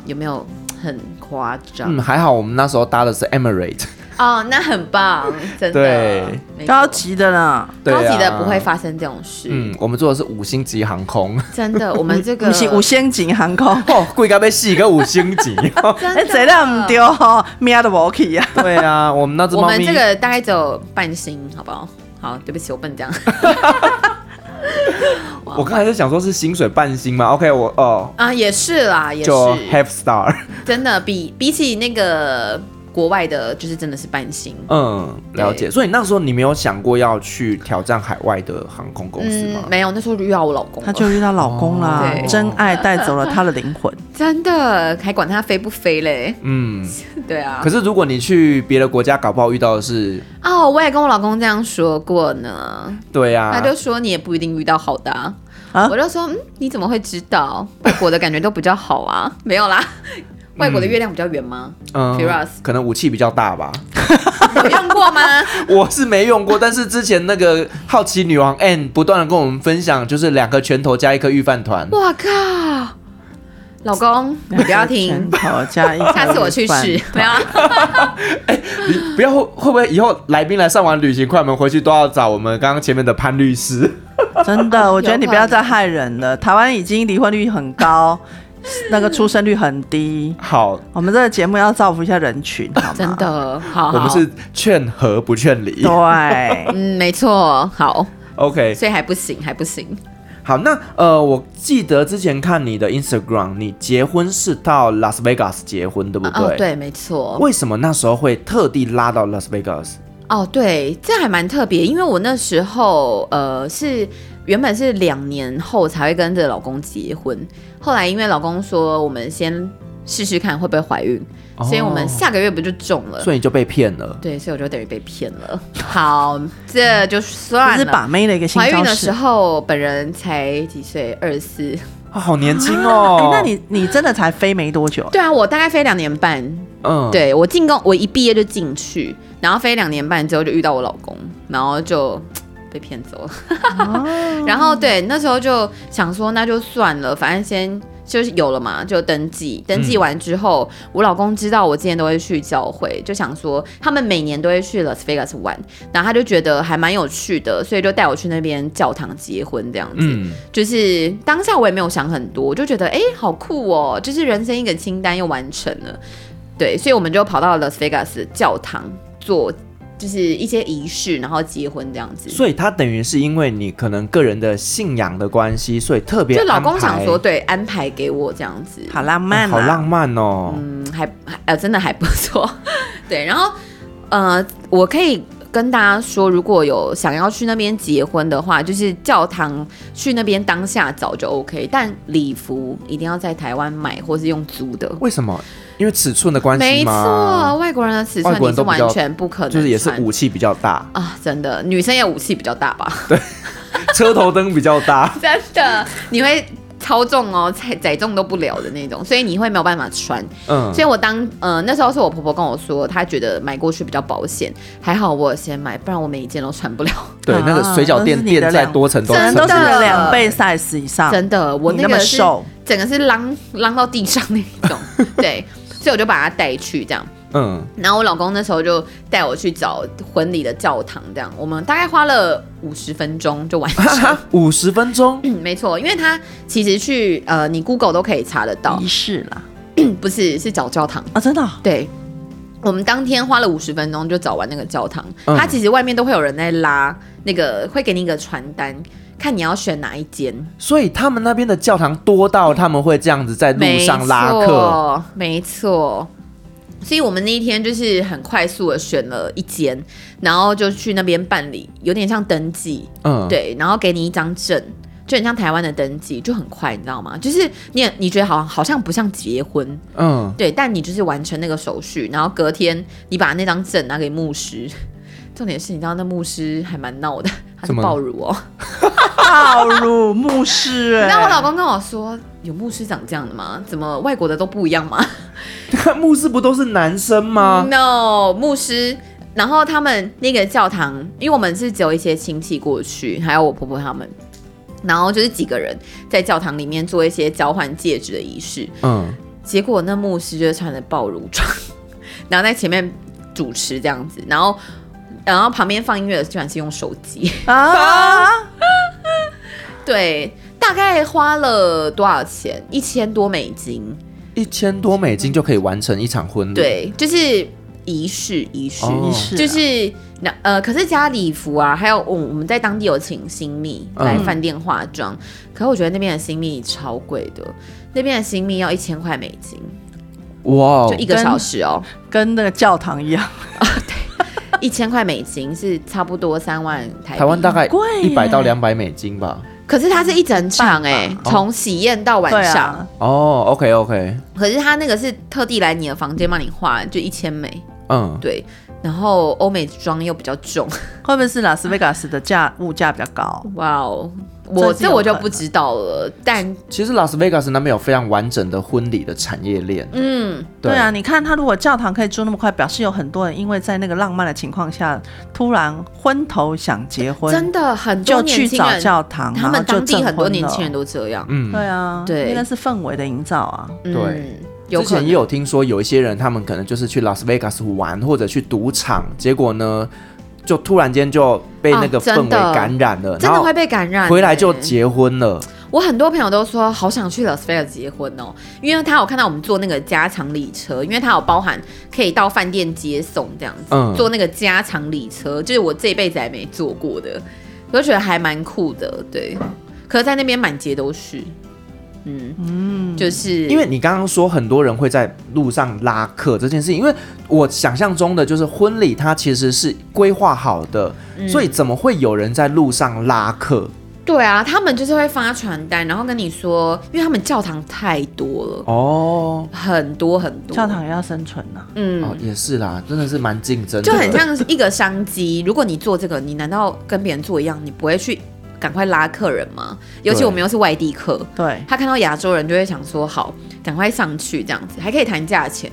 有没有很夸张？嗯，还好我们那时候搭的是 Emirate，哦，那很棒，真的，对没错高级的呢。 对啊高级的不会发生这种事，嗯，我们坐的是五星级航空， 真的，我们这个五星五星级航空， 哦，贵该被戏个五星级，真哎，的这量唔丢吼，命都无去啊。 对啊，我们那只我猫们咪这个大概只有半星，好不好？好，对不起，我笨这样 我刚才在想说是薪水半薪嘛，OK，我哦啊，也是啦，也是，就 half star，真的比比起那个。国外的，就是真的是半薪。 嗯，了对解。所以那时候你没有想过要去挑战海外的航空公司吗？嗯没有，那时候就遇到我老公了，她就遇到老公啦哦，对真爱带走了她的灵魂。真的还管他飞不飞嘞？嗯， 对啊可，是如果你去别的国家，搞不好遇到的是，哦，我也跟我老公这样说过呢，对啊呀、他就说你也不一定遇到好的啊。啊我就说，嗯，你怎么会知道？外国的感觉都比较好啊， 没有啦，外国的月亮比较圆吗？嗯 Firas，可能武器比较大吧。有用过 吗？我是没用过，但是之前那个好奇女王 N 不断的跟我们分享，就是两个拳头加一颗预饭团。我靠，老公，你不要听 拳，头加哎一，下次我去试，没有啊。你不要会会不会以后来宾来上完旅行快门回去都要找我们刚刚前面的潘 律师？ 真的，我觉得你不要有可能再害人了。台湾已经离婚率很 高，那个出生率很低。好，我们这个节目要造福一下人群，好吗？真，的，好好，我们是劝和不劝离。对，嗯，没错，好， OK，所以还不行，还不行。好，那呃，我记得之前看你的 Instagram，你结婚是到 Las Vegas 结婚，对不对？哦，。对，没错。为什么那时候会特地拉到 Las Vegas？哦，对，这还蛮特别，因为我那时候呃是原本是两年后才会跟着老公结婚，后来因为老公说我们先试试看会不会怀孕，所以我哦们下个月不就中了。所以你就被骗了。对，所以我就等于被骗了。好，这就算这了。是把妹的一个新怀孕招的式时。候，本人才几岁，二十四。啊，好年轻 哎哦！那你你真的才飞没多久，对啊，我大概飞两年半，嗯，对我进宫，我一毕业就进去，然后飞两年半之后就遇到我老公，然后就 被骗走了。然后对，那时候就想说那就算了，反正先就是有了嘛，就登记。登记完之后，我老公知道我之前都会去教会，就想说他们每年都会去 Las Vegas 玩，然后他就觉得还蛮有趣的，所以就带我去那边教堂结婚这样子。嗯，就是当下我也没有想很多，我就觉得哎、诶好酷哦，就是人生一个清单又完成了。对，所以我们就跑到了 Las Vegas 的教堂做，就是一些仪式，然后结婚这样子。所以他等于是因为你可能个人的信仰的关系，所以特别就老公安排想说，对，安排给我这样子。好浪哦漫、啊好浪漫哦。嗯，还还呃，真的还不错。 对，然后呃，我可以跟大家说，如果有想要去那边结婚的话，就是教堂去那边当下找就 OK，但礼服一定要在台湾买或是用租的。为什么？因为尺寸的关没系错，吗？外国人的尺外寸你国人是都比完较全不可能穿，，就是也是武器比较大 啊，真的，女生也武器比较大吧？ 车头灯比较大。真的，你会超重哦，载载重都不了的那种，所以你会没有办法穿。嗯所以我当呃那时候是我婆婆跟我说，她觉得买过去比较保险，还好我有先买，不然我每一件都穿不了。对，那个水饺啊店那是你的店再两多层都真人撑都不是真住的两倍 size 以啊上，真的，我你那那么个是瘦整个是啷啷到地上那 种，对，所以我就把它带去这样。嗯，然后我老公那时候就带我去找婚礼的教堂，这样我们大概花了五十分钟就完成。啊五十分钟，嗯，没错，因为他其实去呃，你 Google 都可以查得到 仪，式啦不是是找教堂。啊，真的哦、对，我们当天花了五十分钟就找完那个教堂。嗯它其实外面都会有人在拉那个，会给你一个传单，看你要选哪一间。所以他们那边的教堂多到他们会这样子在路没上拉客。错，没错。所以我们那一天就是很快速的选了一间，然后就去那边办理，有点像登记，嗯，，对，然后给你一张证，就很像台湾的登记，就很快，你知道吗？就是你也你觉得好像好像不像结婚，嗯， 对，但你就是完成那个手续，然后隔天你把那张证拿给牧师。重点是，你知道那牧师还蛮闹的，他是怎么暴乳哦。暴乳牧师、 哎你知道我老公跟我说，有牧师长这样的吗？怎么外国的都不一样吗？牧师不都是男生吗？ No，牧师。然后他们那个教堂，因为我们是只有一些亲戚过去，还有我婆婆他们，然后就是几个人在教堂里面做一些交换戒指的仪式。嗯，结果那牧师就是穿着暴乳装，然后在前面主持这样子，然后然后旁边放音乐的居然是用手机。啊，对，大概花了多少钱？一千多美金。一千多美金就可以完成一场婚礼。，对，就是仪式仪式。嗯哦仪式啊就是那呃，可是加礼服啊，还有我、我们在当地有请新密嗯来饭店化妆，可我觉得那边的新密超贵的，那边的新密要一千块美金，哇哦就一个跟小时哦，跟那个教堂一样，一千块美金是差不多三万台币台湾大概贵耶一百到两百美金吧。可是它是一整场哎、哦从喜宴到晚对上。啊，哦，OK OK，可是它那个是特地来你的房间帮你画，就一千美，嗯，对。然后欧美妆又比较重，会不会是拉斯维加斯的价物价比较高？哇哦！我这是有这我就可能不知道了，但其实拉斯维加斯那边有非常完整的婚礼的产业链。嗯，对啊，，你看他如果教堂可以住那么快，表示有很多人因为在那个浪漫的情况下，突然昏头想结婚，真的很多就年去轻找人，教啊堂，他然们后就当地很多证婚年了轻人都这样，嗯，对啊，对那个是氛围的营造啊，嗯对，有之可前也能。有听说有一些人，他们可能就是去拉斯维加斯玩或者去赌场，结果呢，就突然间就被那个哦真氛的围感染了，真然的后会被感染、回来就。结婚了。我很多朋友都说好想去 Las Vegas 结婚哦，因为他有看到我们坐那个加长礼车，因为他有包含可以到饭店接送这样子，嗯坐那个加长礼车，就是我这辈子还没坐过的，我就觉得还蛮酷的，对。可是在那边满街都是，嗯嗯，就是因为你刚刚说很多人会在路上拉客这件事情，因为我想象中的就是婚礼它其实是规划好的，所以怎么会有人在路上拉客？对啊，他们就是会发传单，然后跟你说，因为他们教堂太多了，哦，很多很多教，堂也要生存啊呐、嗯。哦，也是啦，真的是蛮竞争的，就很像一个商机。如果你做这个，你难道跟别人做一样，你不会去赶快拉客人吗？尤其对我们又是外地客，对，他看到亚洲人就会想说，好，赶快上去这样子，还可以谈价钱。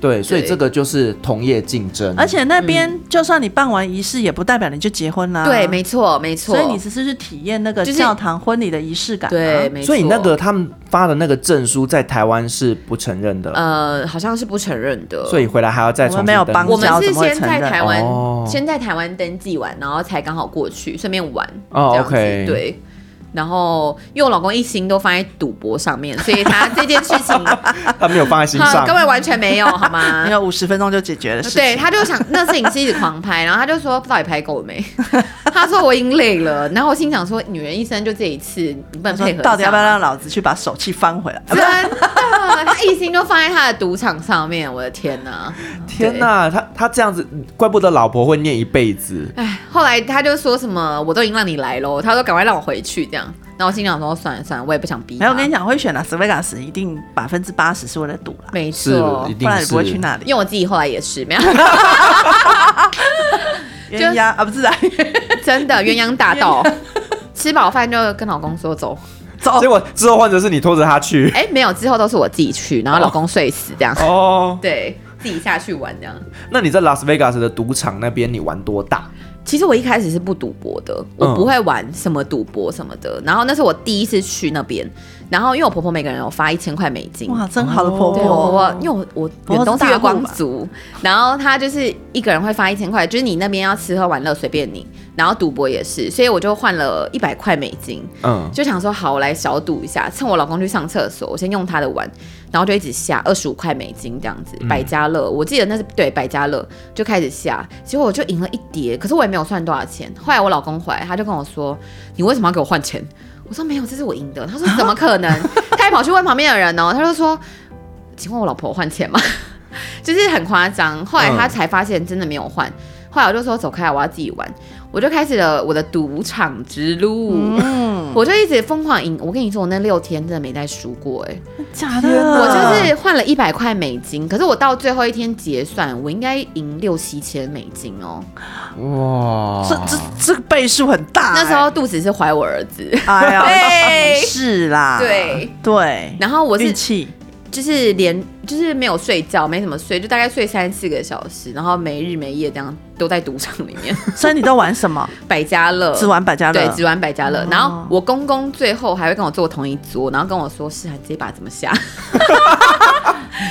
对，所以对这个就是同业竞争，而且那边、就算你办完仪式，也不代表你就结婚啦、嗯对，没错，没错。啊所以你只是去体验那个就是教堂婚礼的仪式感、啊对，，没错。所以那个他们发的那个证书在台湾是不承认的，呃，好像是不承认的。所以回来还要再重新我们没有登帮记我们是怎么会先在承认台湾，哦先在台湾登记完，然后才刚好过去，顺便玩。哦这样子 OK 对。然后，因为我老公一心都放在赌博上面，所以他这件事 情他没有放在 心好，上各。位完全没有好吗没？有五十分钟就解决的事情。对，他就想那摄影师一直狂拍，然后他就说到底拍够了没？ 他说我已经累了，然后我心想说女人一生就这一次，你不能他配说合到底要不要一下吗嗯让老子去把手气翻回来？真的，他一心都放在他的赌场上面，我的天哪！天哪，他他这样子，怪不得老婆会念一辈子。哎，后来他就说什么我都已经让你来喽，他说赶快让我回去这样，然后我心想说算了算了，我也不想逼他。没有，我跟你讲，会选拉斯维加斯一定百分之八十是为了赌啦，没是错一，定不然你不会是去那里。因为我自己后来也是没有，鸳鸯啊，不是啊，真的鸳鸯大道，吃饱饭就跟老公说走。走结，果之后患者是你拖着他 去。哎、没有，之后都是我自己去，然后老公睡死这样，哦，对自己下去玩这样。嗯那你在拉斯维加斯的赌场那边，你玩多大？其实我一开始是不赌博的，我不会玩什么赌博什么的。然后那是我第一次去那边，然后因为我婆婆每个人有发一千块美金。哇，真好的婆对，我婆婆婆，因为我我远婆婆东哦是是大月户吧光族，然后她就是一个人会发一千块，就是你那边要吃喝玩乐随便你，然后赌博也是，所以我就换了一百块美金，嗯，就想说好，我来小赌一下，趁我老公去上厕所，我先用他的碗，然后就一直下二十五块美金这样嗯子，百家乐，我记得那是对百家乐就开始下，结果我就赢了一叠，可是我也没有算多少钱。后来我老公回来，他就跟我说：“你为什么要给我换钱？”我说：“没有，这是我赢的。”他说：“怎么可能？”他还跑去问旁边的人哦，他就说：“请问我老婆换钱吗？” 就是很夸张。后来他才发现真的没有换，后来我就说：“走开，我要自己玩。”我就开始了我的赌场之路。嗯，我就一直疯狂赢。我跟你说，我那六天真的没再输过哎、假天的，哪我就是换了一百块美金，可是我到最后一天结算，我应该赢六七千美金哦。哇，这这这个倍数很大欸。那时候肚子是怀我儿子，哎呀，对是啦，对对，然后我运是气就是连就是没有睡觉，没怎么睡，就大概睡三四个小时，然后没日没夜这样都在赌场里面， 所以你都玩什么？百家乐。只玩百家乐哦对，，只玩百家乐。然后我公公最后还会跟我坐同一桌，然后跟我说：“是啊，你这一把怎么下？”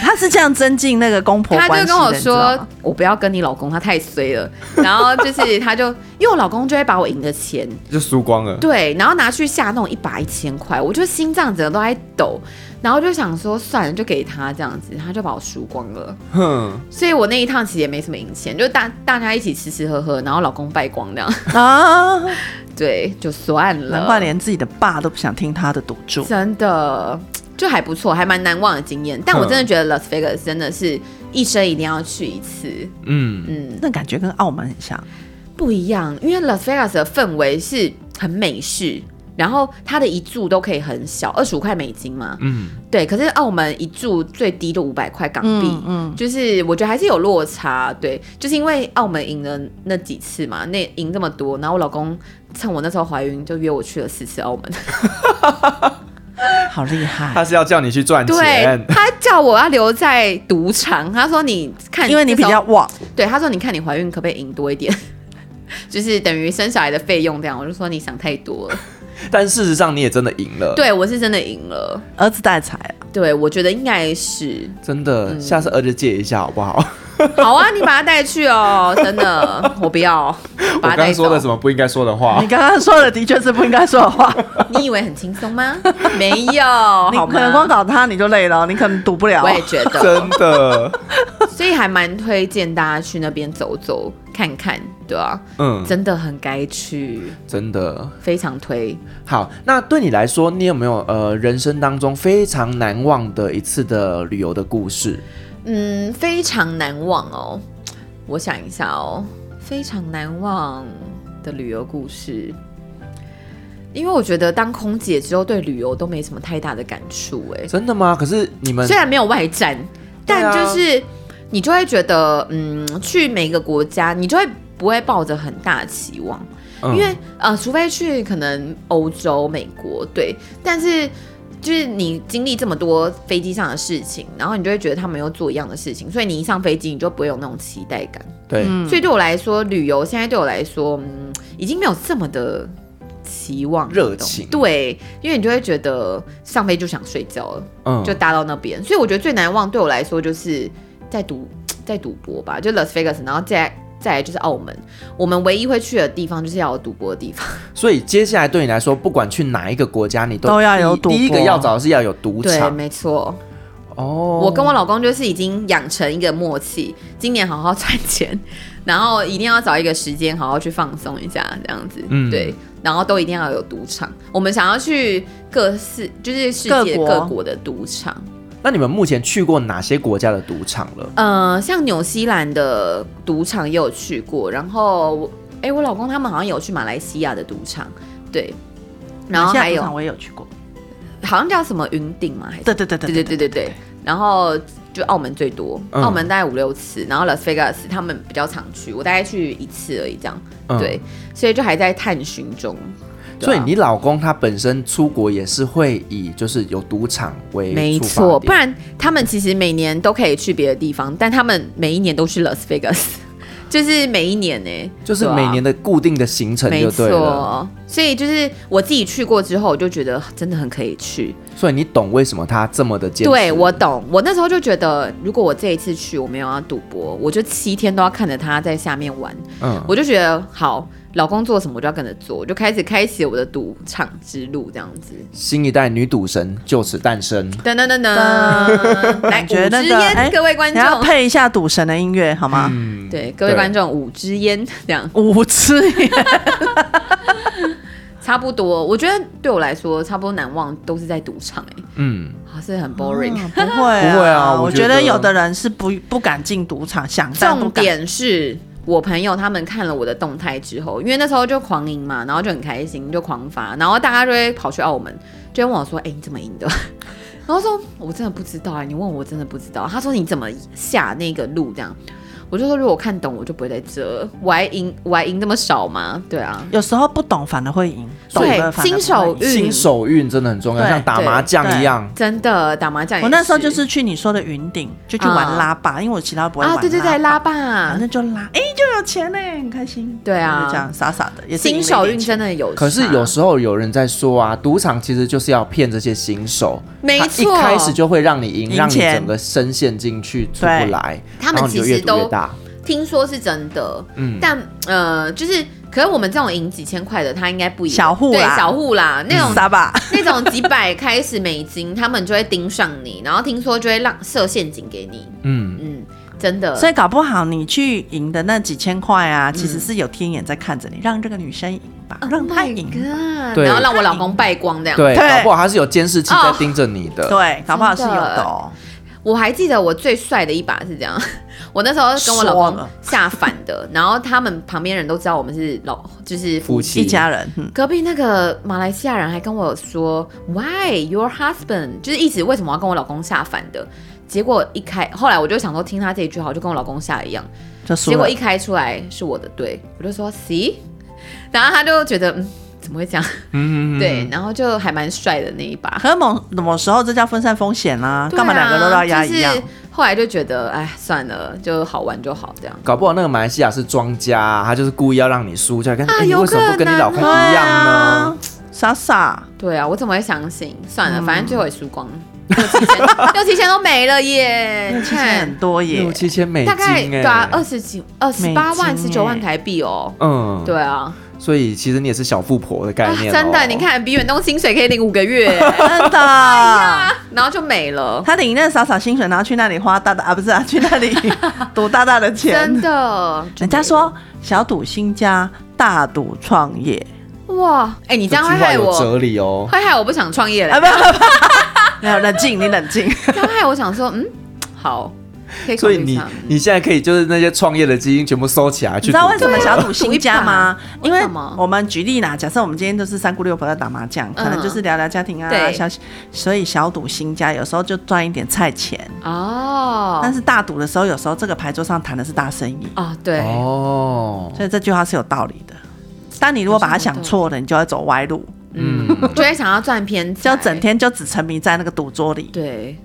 他是这样增进那个公婆他关系就的。跟我你知道说吗，我不要跟你老公，他太衰了。然后就是他就，因为我老公就会把我赢的 钱，就输光了。对，然后拿去下那种一把一千块，我就心脏整个都在抖，然后就想说算了，就给他这样子，他就把我输光了。哼，所以我那一趟其实也没什么赢钱，就大大家一起吃吃喝喝，然后老公败光这样， 啊，对，就算了。难怪连自己的爸都不想听他的赌注。真的就还不错，还蛮难忘的经验。但我嗯真的觉得 Las Vegas 真的是一生一定要去一次，嗯，嗯，那感觉跟澳门很像。不一样，因为 Las Vegas 的氛围是很美式。然后它的一住都可以很小，二十五块美金嘛，嗯，对。可是澳门一住最低都五百块港币，嗯嗯，就是我觉得还是有落差，对，就是因为澳门赢了那几次嘛，那赢这么多，然后我老公趁我那时候怀孕就约我去了四次澳门，好厉他害，是要叫你去赚对钱，他叫我要留在赌场，他说你看，因为你比这时较候旺，对，他说你看你怀孕可不可以赢多一点，就是等于生小孩的费用这样，我就说你想太多 了，但事实上你也真的赢了，，对我是真的赢了，儿子带财了，对我觉得应该是，真的，下次儿子借一下好不好？好啊，你把他带去哦，真的，我不 要，我把他刚带刚走。说的什么不应该说的话啊你，刚刚说的的确是不应该说 的话，你以为很轻松 吗？没有，你好可能吗？光搞他你就累了，你可能赌不了我。也觉得，真的，所以还蛮推荐大家去那边走走看看，对啊， 嗯，真的很该去，真的。非常推。好，那对你来说，你有没有呃人生当中非常难忘的一次的旅游的故事？嗯，非常难忘哦。我想一下哦，非常难忘的旅游故事，因为我觉得当空姐之后对旅游都没什么太大的感触，哎，真的吗？可是你们虽然没有外战，嗯对啊但就是你就会觉得，嗯，去每个国家，你就会不会抱着很大的期望，嗯因为呃，除非去可能欧洲、美国，对，但是。就是你经历这么多飞机上的事情，然后你就会觉得他们又做一样的事情，所以你一上飞机你就不会有那种期待感。对，嗯所以对我来说，旅游现在对我来说，嗯，已经没有这么的期望热情对，因为你就会觉得上飞就想睡觉了。嗯，就搭到那边。所以我觉得最难忘对我来说就是在赌在赌博吧，就 Las Vegas，然后再再来就是澳门。我们唯一会去的地方就是要有赌博的地方，所以接下来对你来说，不管去哪一个国家，你都都要有第赌博第一个要找的是要有赌对，场没错。哦。我跟我老公就是已经养成一个默契，今年好好赚钱， 然后一定要找一个时间好好去放松一下，这样子，嗯对，然后都一定要有赌场。我们想要去各世，就是世界各国各国的赌场，那你们目前去过哪些国家的赌场了？呃，像纽西兰的赌场也有去过，然后我，哎、我老公他们好像有去马来西亚的赌场，对，然后马来西还有亚赌场我也有去过，好像叫什么云顶嘛，还是对对对对对对对对对，然后就澳门最多，嗯澳门大概五六次，然后 Las Vegas 他们比较常去，我大概去一次而已，这样，嗯对，所以就还在探寻中。对所啊以你老公他本身出国也是会以就是有赌场为没出发错，点不然他们其实每年都可以去别的地方，但他们每一年都去 Las Vegas，就是 每一年呢、就是对啊每年的固定的行程没就对了。错，所以就是我自己去过之后，我就觉得真的很可以去。所以你懂为什么他这么的坚持？对我懂，我那时候就觉得，如果我这一次去，我没有要赌博，我就七天都要看着他在下面玩，嗯，我就觉得好，老公做什么我就要跟着做，我就开始开启我的赌场之路，这样子。新一代女赌神就此诞生。噔噔 噔噔，来感觉五那支个哎烟，各位观你要众，配一下赌神的音乐好吗？嗯，对各位对观众，五支烟 这样。五次，差不多，我觉得对我来说，差不多难忘都是在赌场、欸，嗯，好是很 boring。不会不会啊啊，我我觉觉得得有的人是不不敢进赌场，想但不重敢。点是我朋友他们看了我的动态之后，因为那时候就狂赢嘛，然后就很开心，就狂发，然后大家就会跑去澳门，就会问我说：“哎、你怎么赢的？” 然后说：“我真的不知道啊、你问我真的不知道。”他说：“你怎么下那个路这样？”我就说：“如果我看懂，我就不会在这，我还赢， 我还赢那么少吗？对啊，有时候不懂反而会赢，懂对了反而不会赢新手运新手运真的很重要，对像打对麻将一对样。真的打麻将也。”我那时候就是去你说的云顶，就去玩拉霸，因为我其他不会玩啊，对对啊对，拉拉霸，霸反，正就拉，哎，就有钱嘞，很开心。对啊就这样傻傻的，也是赢新了一手点运钱真的有差，可是有时候有人在说啊，赌场其实就是要骗这些新手，没他错一开始就会让你赢，赢让你钱整个深陷进去出不来，他们然后你就其实越赌越都大。听说是真的，嗯但呃，就是，可是我们这种赢几千块的，他应该不赢小户啦嗯对小户啦，那种、 傻吧，那种几百开始美金，他们就会盯上你，然后听说就会让设陷阱给你，嗯，嗯，真的，所以搞不好你去赢的那几千块嗯啊，其实是有天眼在看着你，让这个女生赢吧，让她 Oh my 赢。 God，对然后让我老公败光这样。对，对搞不好他是有监视器在盯着你的。哦对，搞不好是有的哦。我还记得我最帅的一把是这样， 我那时候跟我老爽啊公了下凡的，然后他们旁边人都知道我们是老就是夫妻一家人，嗯隔壁那个马来西亚人还跟我说，Why your husband？就是一直为什么要跟我老公下凡的？结果一开，后来我就想说，听他这一句话，我就跟我老公下一样。就输结了果一。开出来是我的对，我就说 See，然后他就觉得嗯，怎么会这样？嗯，嗯嗯对，然后就还蛮帅的那一把。可是某某时候这叫分散风险啦、啊，对 干嘛两个都啊要压一样？就是后来就觉得，哎，算了，就好玩就好这样。搞不好那个马来西亚是庄家啊，他就是故意要让你输，就来看，啊哎你有为什么不可跟你能老公一对样啊呢？，傻傻。对啊，我怎么会相信？算嗯了，反正最后也输光了，六七千，六七千都没了耶！你欸其实很看，多耶六，七千美啊大金概哎，对啊，二十几、二十八美万、十金九万耶台币哦。嗯，对啊，所以其实你也是小富婆的概啊念、哦真的，你，看比远东薪水可以领五个月，真 的。然后就没了。他领那傻傻薪水，然后去那里花大大 啊，不是啊，去那里赌大大的真钱。的，人家说小赌新家，大赌创业哇，哎、你这样这会句话害有我，哲理哦。会害我不想创业啊，了。不不 不，没有冷静，你冷静。这样害我想说，嗯，好，可以考所以虑一你下。你现在可以就是那些创业的基因全部收起来去赌你知博，道为什么小赌新家吗？对因为为什么我们举例啦，假设我们今天就是三姑六婆在打麻将，可能就是聊聊家庭啊，对小所以小赌新家有时候就赚一点菜钱，哦，但是大赌的时候，有时候这个牌桌上谈的是大生意，啊，对，哦，所以这句话是有道理的。但你如果把它想错了，你就会走歪路，嗯，就会想要赚偏财，就整天就只沉迷在那个赌桌里。对，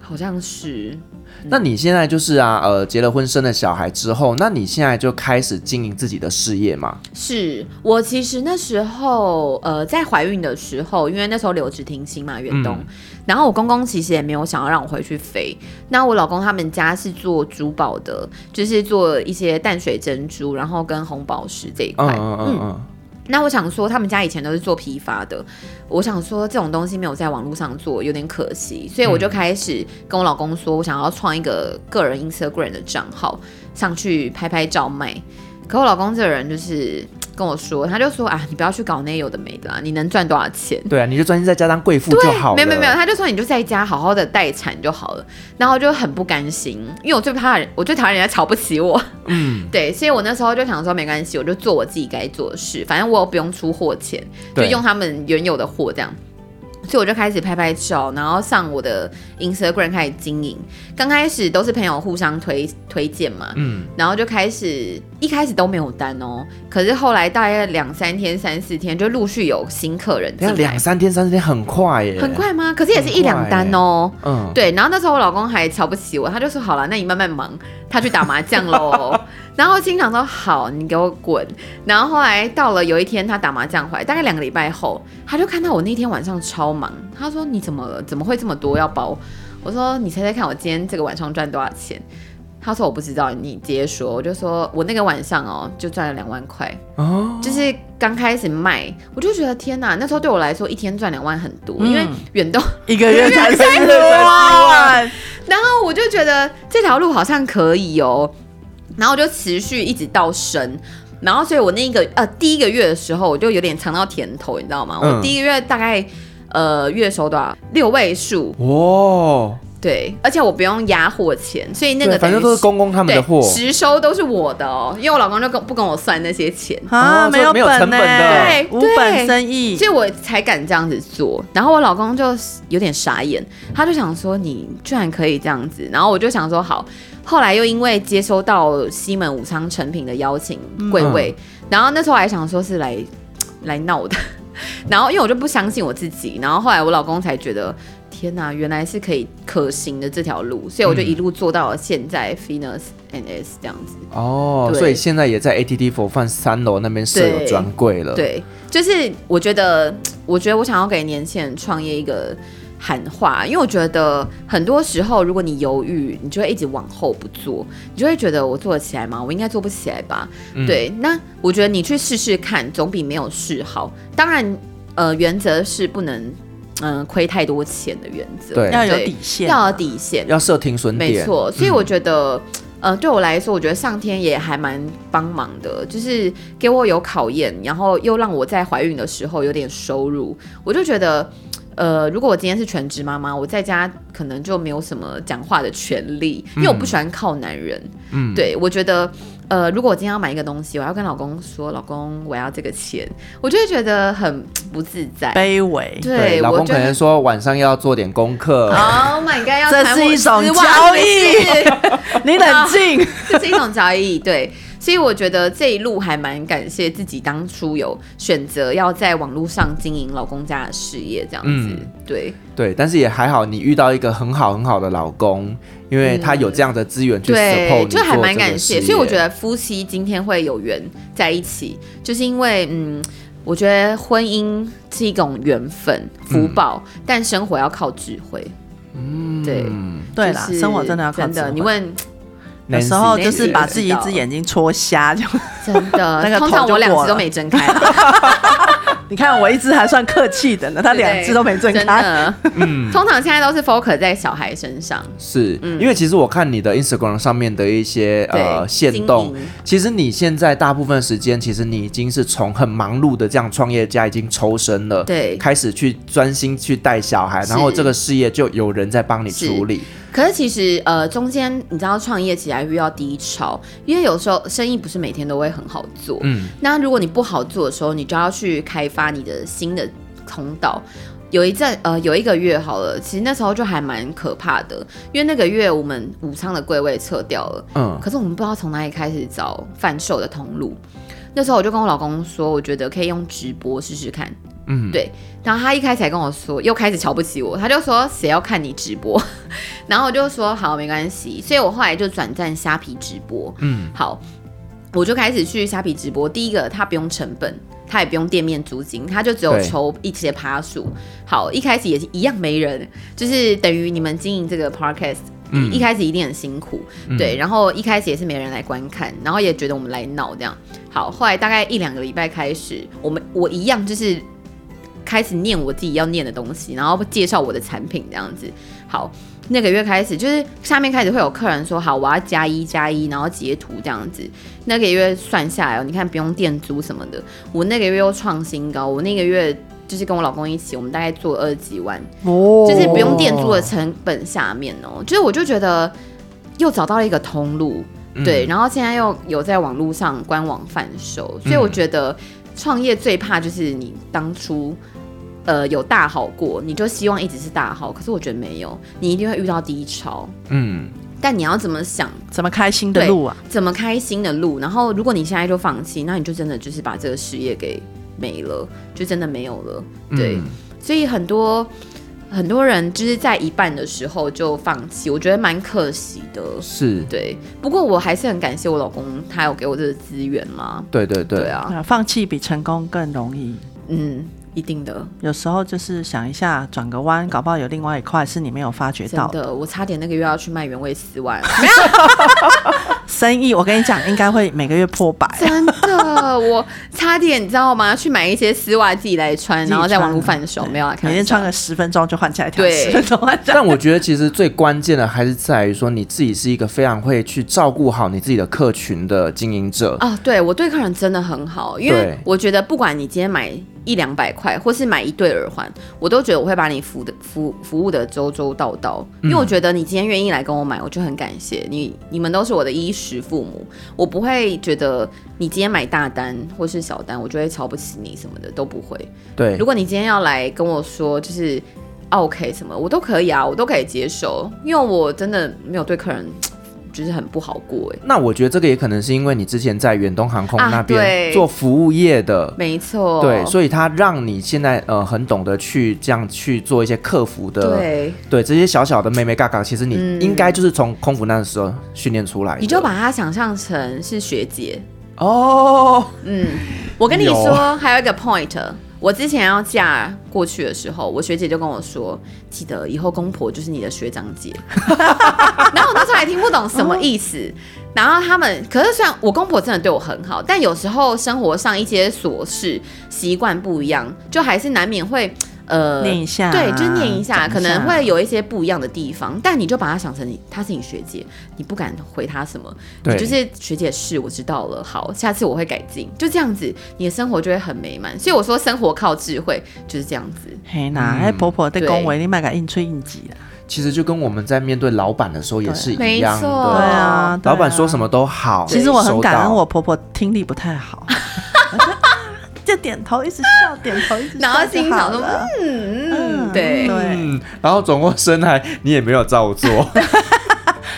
好像是 那你现在就是啊，呃，结了婚生了小孩之后，那你现在就开始经营自己的事业嘛？是我其实那时候呃在怀孕的时候，因为那时候留职停薪嘛，远东，嗯然后我公公其实也没有想要让我回去飞。那我老公他们家是做珠宝的，就是做一些淡水珍珠，然后跟红宝石这一块。嗯嗯嗯嗯，那我想说，他们家以前都是做批发的，我想说这种东西没有在网络上做，有点可惜，所以我就开始跟我老公说，我想要创一个个人 Instagram 的账号，上去拍拍照卖。可我老公这个人就是跟我说，他就说啊，你不要去搞那有的没的啦，啊你能赚多少钱？对啊，你就专心在家当贵妇就好了。没有没有没有，他就说你就在家好好的待产就好了，然后我就很不甘心，因为我最怕人，我最讨厌人家瞧不起我，嗯， 对，所以我那时候就想说没关系，我就做我自己该做的事，反正我不用出货钱，就对用他们原有的货这样。所以我就开始拍拍照，然后上我的 Instagram 开始经营。刚开始都是朋友互相推推荐嘛，嗯，然后就开始一开始都没有单哦，可是后来大概两三天、三四天就陆续有新客人你进来看，啊两三天、三四天很快耶，很。快吗？可是也是一两单哦。嗯，对，然后那时候我老公还瞧不起我，他就说：“好了，那你慢慢忙，他去打麻将喽。”然后我心想说：“好，你给我滚。”然后后来到了有一天，他打麻将回来，大概两个礼拜后，他就看到我那天晚上超忙，他说：“你怎么了？怎么会这么多要包？”我说：“你猜猜看，我今天这个晚上赚多少钱？”他说：“我不知道，你直接说。”我就说：“我那个晚上哦，就赚了两万块。”哦，就是刚开始卖，我就觉得天哪，那时候对我来说一天赚两万很多，嗯因为远东， 一个月才三十万万，然后我就觉得这条路好像可以哦，然后我就持续一直到生。然后，所以我那一个呃第一个月的时候，我就有点尝到甜头，你知道吗？嗯我第一个月大概呃月收多少六位数，哇，对，而且我不用压货钱，所以那对，个反正等都于是公公他们的货对，实收都是我的哦，因为我老公就跟不跟我算那些钱，啊，哦没有所以没有本成本呢的对无对本生意所。以我才敢这样子做。然后我老公就有点傻眼，他就想说你居然可以这样子。然后我就想说好。后来又因为接收到西门武昌成品的邀请贵位，然后那时候还想说是来来闹的，然后因为我就不相信我自己，然后后来我老公才觉得。天呐，原来是可以可行的这条路，所以我就一路做到了现在 Finus NS 这样子。哦，对所以现在也在 ATT 佛饭三楼那边设有对专柜了。，对，就是我觉得，我觉得我想要给年轻人创业一个喊话，因为我觉得很多时候，如果你犹豫，你就会一直往后不做，你就会觉得我做得起来吗？我应该做不起来吧？嗯对，那我觉得你去试试看，总比没有试好。当然，呃，原则是不能嗯、呃亏太多钱的原则，对要有底线啊要有底线，要设停损没点。错，所以我觉得。呃，对我来说，我觉得上天也还蛮帮忙的，就是给我有考验，然后又让我在怀孕的时候有点收入，我就觉得。呃，如果我今天是全职妈妈，我在家可能就没有什么讲话的权利，因为我不喜欢靠男人。嗯，对，我觉得，呃，如果我今天要买一个东西，我要跟老公说，老公，我要这个钱，我就会觉得很不自在。卑微。对，老我公就可能说晚上要做点功课， Oh my god！要这谈是我一种丝袜交易是不是 你冷啊静， 这是一种交易，对。所以我觉得这一路还蛮感谢自己当初有选择要在网络上经营老公家的事业这样子，嗯对对，但是也还好，你遇到一个很好很好的老公，因为他有这样的资源去 support 嗯对，你就还做蛮这感个谢。事所以我业觉得夫妻今天会有缘在一起，就是因为嗯，我觉得婚姻是一种缘分福报，但生活要靠智慧。嗯，对，嗯，对就啦，是生活真的要靠真智的。慧你问有时候 Nancy 就是把自己一知道只眼睛戳瞎，就真的，那个通头常就我两过只都了没睁开。 你看我一只还算客气的呢，他对 两只都没睁真开。的，嗯通常现在都是 focus 在小孩身上，是、因为其实我看你的 Instagram 上面的一些呃嗯对线经动营，其实你现在大部分时间，其实你已经是从很忙碌的这样创业家已经抽身了，对开始去专心去带小孩，然后是这个事业就有人在帮你是处理，可是其实呃中间你知道创业起来遇到低潮，因为有时候生意不是每天都会很好做，嗯，那如果你不好做的时候，你就要去开发你的新的通道。有一阵，呃，有一个月好了，其实那时候就还蛮可怕的，因为那个月我们武昌的柜位撤掉了，嗯可是我们不知道从哪里开始找贩售的通路。那时候我就跟我老公说，我觉得可以用直播试试看。嗯，对然后他一开始还跟我说，又开始瞧不起我，他就说谁要看你直播？然后我就说好，没关系。所以我后来就转战虾皮直播。嗯，好，我就开始去虾皮直播。第一个，它不用成本，它也不用店面租金，它就只有对抽一些趴数。好，一开始也是一样没人，就是等于你们经营这个 podcast。嗯一开始一定很辛苦，对，然后一开始也是没人来观看，然后也觉得我们来闹这样。好，后来大概一两个礼拜开始，我们我一样就是开始念我自己要念的东西，然后介绍我的产品这样子。好，那个月开始就是下面开始会有客人说，好，我要加一加一，然后截图这样子。那个月算下来哦，你看不用店租什么的，我那个月又创新高，我那个月就是跟我老公一起，我们大概做二十几万，哦就是不用店租的成本下面哦，就是我就觉得又找到了一个通路，嗯对，，然后现在又有在网络上官网贩售，所以嗯我觉得创业最怕就是你当初。呃，有大好过，你就希望一直是大好，可是我觉得没有，你一定会遇到低潮。嗯，但你要怎么想，怎么开心的路啊？怎么开心的路？然后，如果你现在就放弃，那你就真的就是把这个事业给没了，就真的没有了。对，嗯所以很多很多人就是在一半的时候就放弃，我觉得蛮可惜的。是，对，不过我还是很感谢我老公，他有给我这个资源嘛。对对对，对啊，啊，放弃比成功更容易。嗯，一定的，有时候就是想一下，转个弯，搞不好有另外一块是你没有发觉真到的的，我差点那个月要去卖原味丝 袜，生意。我跟你讲，应该会每个月破百。真的，我差点你知道吗？去买一些丝袜自己来穿，自己 然后在网穿络贩售，对没有啊，开每玩天笑穿个十分钟就换下一条，对十分钟换 下一 条。但我觉得其实最关键的还是在于说，你自己是一个非常会去照顾好你自己的客群的经营者。啊、对我对客人真的很好，因为对我觉得不管你今天买一两百块，或是买一对耳环，我都觉得我会把你服的服服务的周周到到，因为嗯我觉得你今天愿意来跟我买，我就很感谢你，你们都是我的衣食父母，我不会觉得你今天买大单或是小单，我就会瞧不起你什么的都不会。对如，果你今天要来跟我说，就是。啊 OK 什么我都可以啊，我都可以接受，因为我真的没有对客人就是很不好过哎、那我觉得这个也可能是因为你之前在远东航空啊那边对做服务业的，没错，对，所以它让你现在呃很懂得去这样去做一些客服的，对，对这些小小的妹妹嘎嘎，其实你嗯应该就是从空服那时候训练出来的。你就把它想象成是学姐。哦，我跟你有说，还有一个 point，我之前要嫁过去的时候，我学姐就跟我说，记得以后公婆就是你的学长姐。 然后我那时候还听不懂什么意思。然后他们，可是虽然我公婆真的对我很好，但有时候生活上一些琐事习惯不一样，就还是难免会。呃念一下对，就是念一讲下，一下可能会有一些不一样的地方，但你就把她想成你她是你学姐，你不敢回她什么，对你就是学姐是我知道了，好，下次我会改进，就这样子，你的生活就会很美满。所以我说生活靠智慧就是这样子，嘿呐，嗯那婆婆在恭维你，卖个应吹应急啦。其实就跟我们在面对老板的时候也是一样没错对对的，啊，老板说么？什么都好。其实我很感恩，收到我婆婆听力不太好，我说啊就点头一直笑，点头一直笑就 然好了，后心里想说，嗯，对，对，嗯，然后转过身来，你也没有照 做。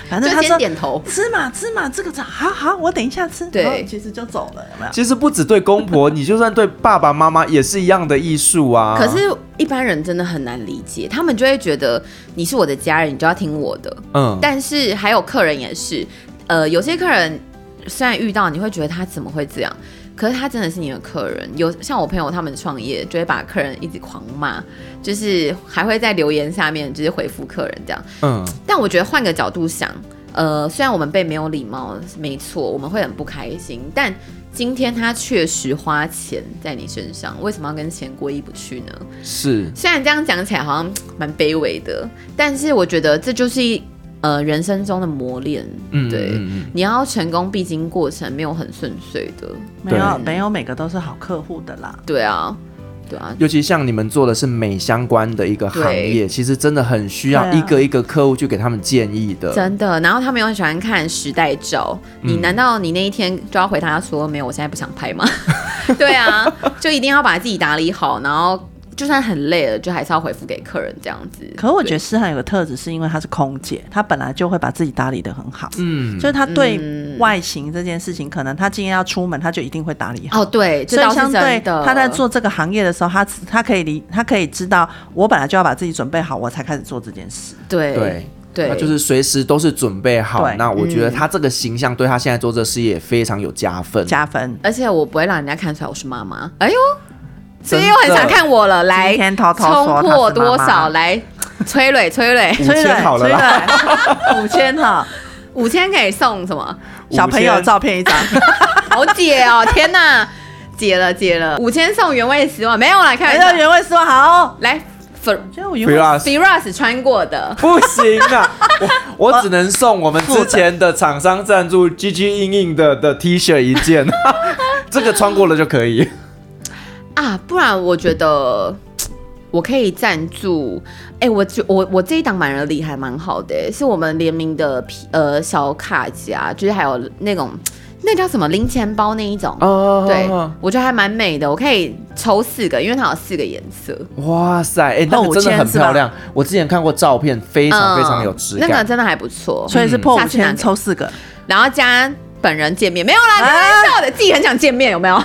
反正就她先说点头。吃嘛吃嘛，这个这好好，我等一下吃，对然后其实就走了，有没有？其实不只对公婆，你就算对爸爸妈妈也是一样的艺术啊。可是，一般人真的很难理解，他们就会觉得你是我的家人，你就要听我的。嗯，但是还有客人也是，呃，有些客人虽然遇到你会觉得他怎么会这样，可是他真的是你的客人。有像我朋友他们创业，就会把客人一直狂骂，就是还会在留言下面就是回复客人这样。嗯，但我觉得换个角度想，呃，虽然我们被没有礼貌，没错，我们会很不开心，但今天他确实花钱在你身上，为什么要跟钱过意不去呢？是虽然这样讲起来好像蛮卑微的，但是我觉得这就是一呃人生中的磨练，嗯对。嗯嗯你要成功必经过程，没有很顺遂的，没有对没有每个都是好客户的啦，对啊，对啊，尤其像你们做的是美相关的一个行业，其实真的很需要对啊一个一个客户去给他们建议的。真的。然后他们又很喜欢看时代照，你嗯难道你那一天就要回答说没有，我现在不想 拍吗？对啊，就一定要把自己打理好，然后就算很累了，就还是要回复给客人这样子。可我对觉得诗涵有个特质，是因为她是空姐，她本来就会把自己打理得很好，嗯，就是她对嗯外形这件事情，可能她今天要出门，她就一定会打理好。哦，对，这所倒以是相对真的。他在做这个行业的时候，他他可以理，他可以知道，我本来就要把自己准备好，我才开始做这件事。对对。对，嗯他就是随时都是准备好。对那我觉得他这个形象对他现在做这事业也非常有加分。加分，而且我不会让人家看出来我是妈妈。哎呦，所以真又很的想看我了，来今天偷偷说哎冲她是破多妈妈少？来催泪催泪， 五千好了啦，啦，五千哈，五千可以送什么？ 小朋友照片一 张，好解哦， 天哪，解了解了，五千送原味十万没有啦，开哎玩呀，笑。原味说好哦，来，Fer 觉得我原不味要啊 Firas 穿过的，不行啊， 我我只能送我们之前的厂商赞助 G G 硬硬的的 T 恤一件， 这个穿过了就可以。啊，不然我觉得我可以赞助。哎、我觉我我这一档买人的礼还蛮好的、是我们联名的皮呃小卡夹，就是还有那种那叫什么零钱包那一种。哦对，我觉得还蛮美的，我可以抽四个，因为它有四个颜色，哇塞，哎、那个真的很漂亮。我之前看过照片，非常非常有质嗯那个感。真的还不错。所以是嗯破五下次拿千给抽四个，然后加本人见面，没有啦，开啊玩笑的，自己很想见面，有没有？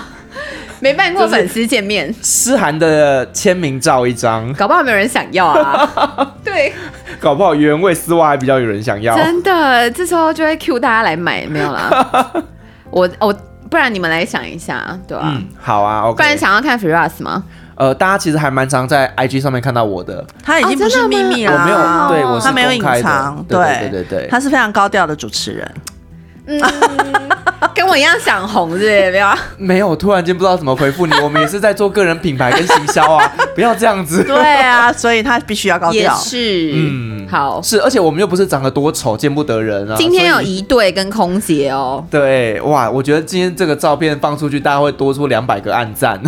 没办过粉丝见 面，诗涵的签名照一张， 搞不好没有人想要啊。对，搞不好原味丝袜还比较有人想要。真的，这时候就会 Q 大家来买，没有啦。 我我不然你们来想一下，对吧、嗯，好啊不然，OK。想要看 Firas 吗？呃，大家其实还蛮常在 IG 上面看到我的，他已经不是秘密啊了，我没有，对我哦是他没有公隐开的藏，对对对对对他是非常高调的主持人，嗯，跟我一样想红是不是没有啊？没有，突然间不知道怎么回复你。我们也是在做个人品牌跟行销 啊，不要这样子。对啊， 所以他必须要高也调，是，嗯好。是，而且我们又不是长得多丑，见不得人啊。今天有所以一对跟空姐哦，对哇，我觉得今天这个照片放出去，大家会多出两百个暗赞。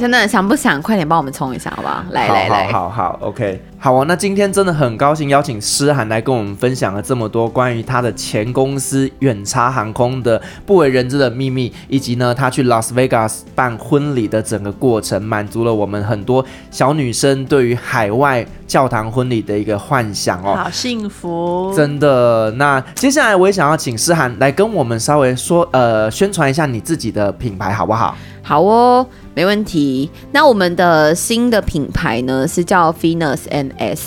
真的想不想？快点帮我们冲一下好不好？来好来来，好好好，OK，好啊。那今天真的很高兴邀请诗涵来跟我们分享了这么多关于她的前公司远差航空的不为人知的秘密，以及呢她去 Las Vegas 办婚礼的整个过程，满足了我们很多小女生对于海外教堂婚礼的一个幻想哦。好幸福，真的，那接下来我也想要请诗涵来跟我们稍微说，呃，宣传一下你自己的品牌好不好？好哦，没问题。那我们的新的品牌呢是叫 Venus NS。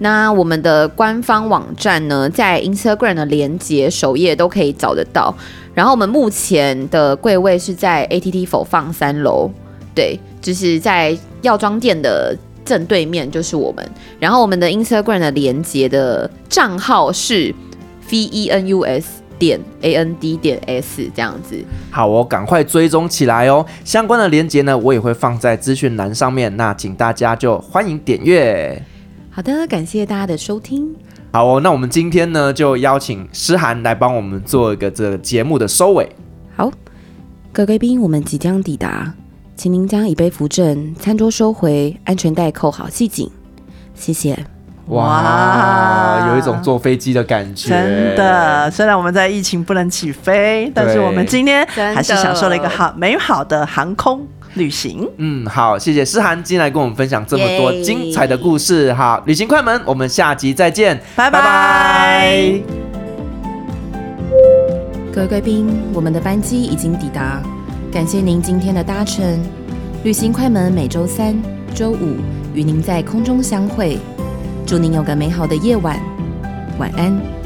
那我们的官方网站呢，在 Instagram 的连接首页都可以找得到。然后我们目前的柜位是在 ATT 否放三楼，对，就是在药妆店的正对面就是我们。然后我们的 Instagram 的连接的账号是 V E N U S 点 A N D 点 S 这样子。好哦，赶快追踪起来哦！相关的链接呢，我也会放在资讯栏上面，那请大家就欢迎点阅。好的，感谢大家的收听。好哦，那我们今天呢，就邀请诗涵来帮我们做一个这个节目的收尾。好，各位贵宾，我们即将抵达，请您将椅背扶正，餐桌收回，安全带扣好系紧，谢谢。哇，哇有一种坐飞机的感觉，真的，虽然我们在疫情不能起飞，但是我们今天真的还是享受了一个好美好的航空旅行。嗯，好，谢谢诗涵今天来跟我们分享这么多耶精彩的故事。好，旅行快门，我们下集再见，拜拜各位贵宾，我们的班机已经抵达，感谢您今天的搭乘。旅行快门每周三、周五与您在空中相会，祝您有个美好的夜晚，晚安。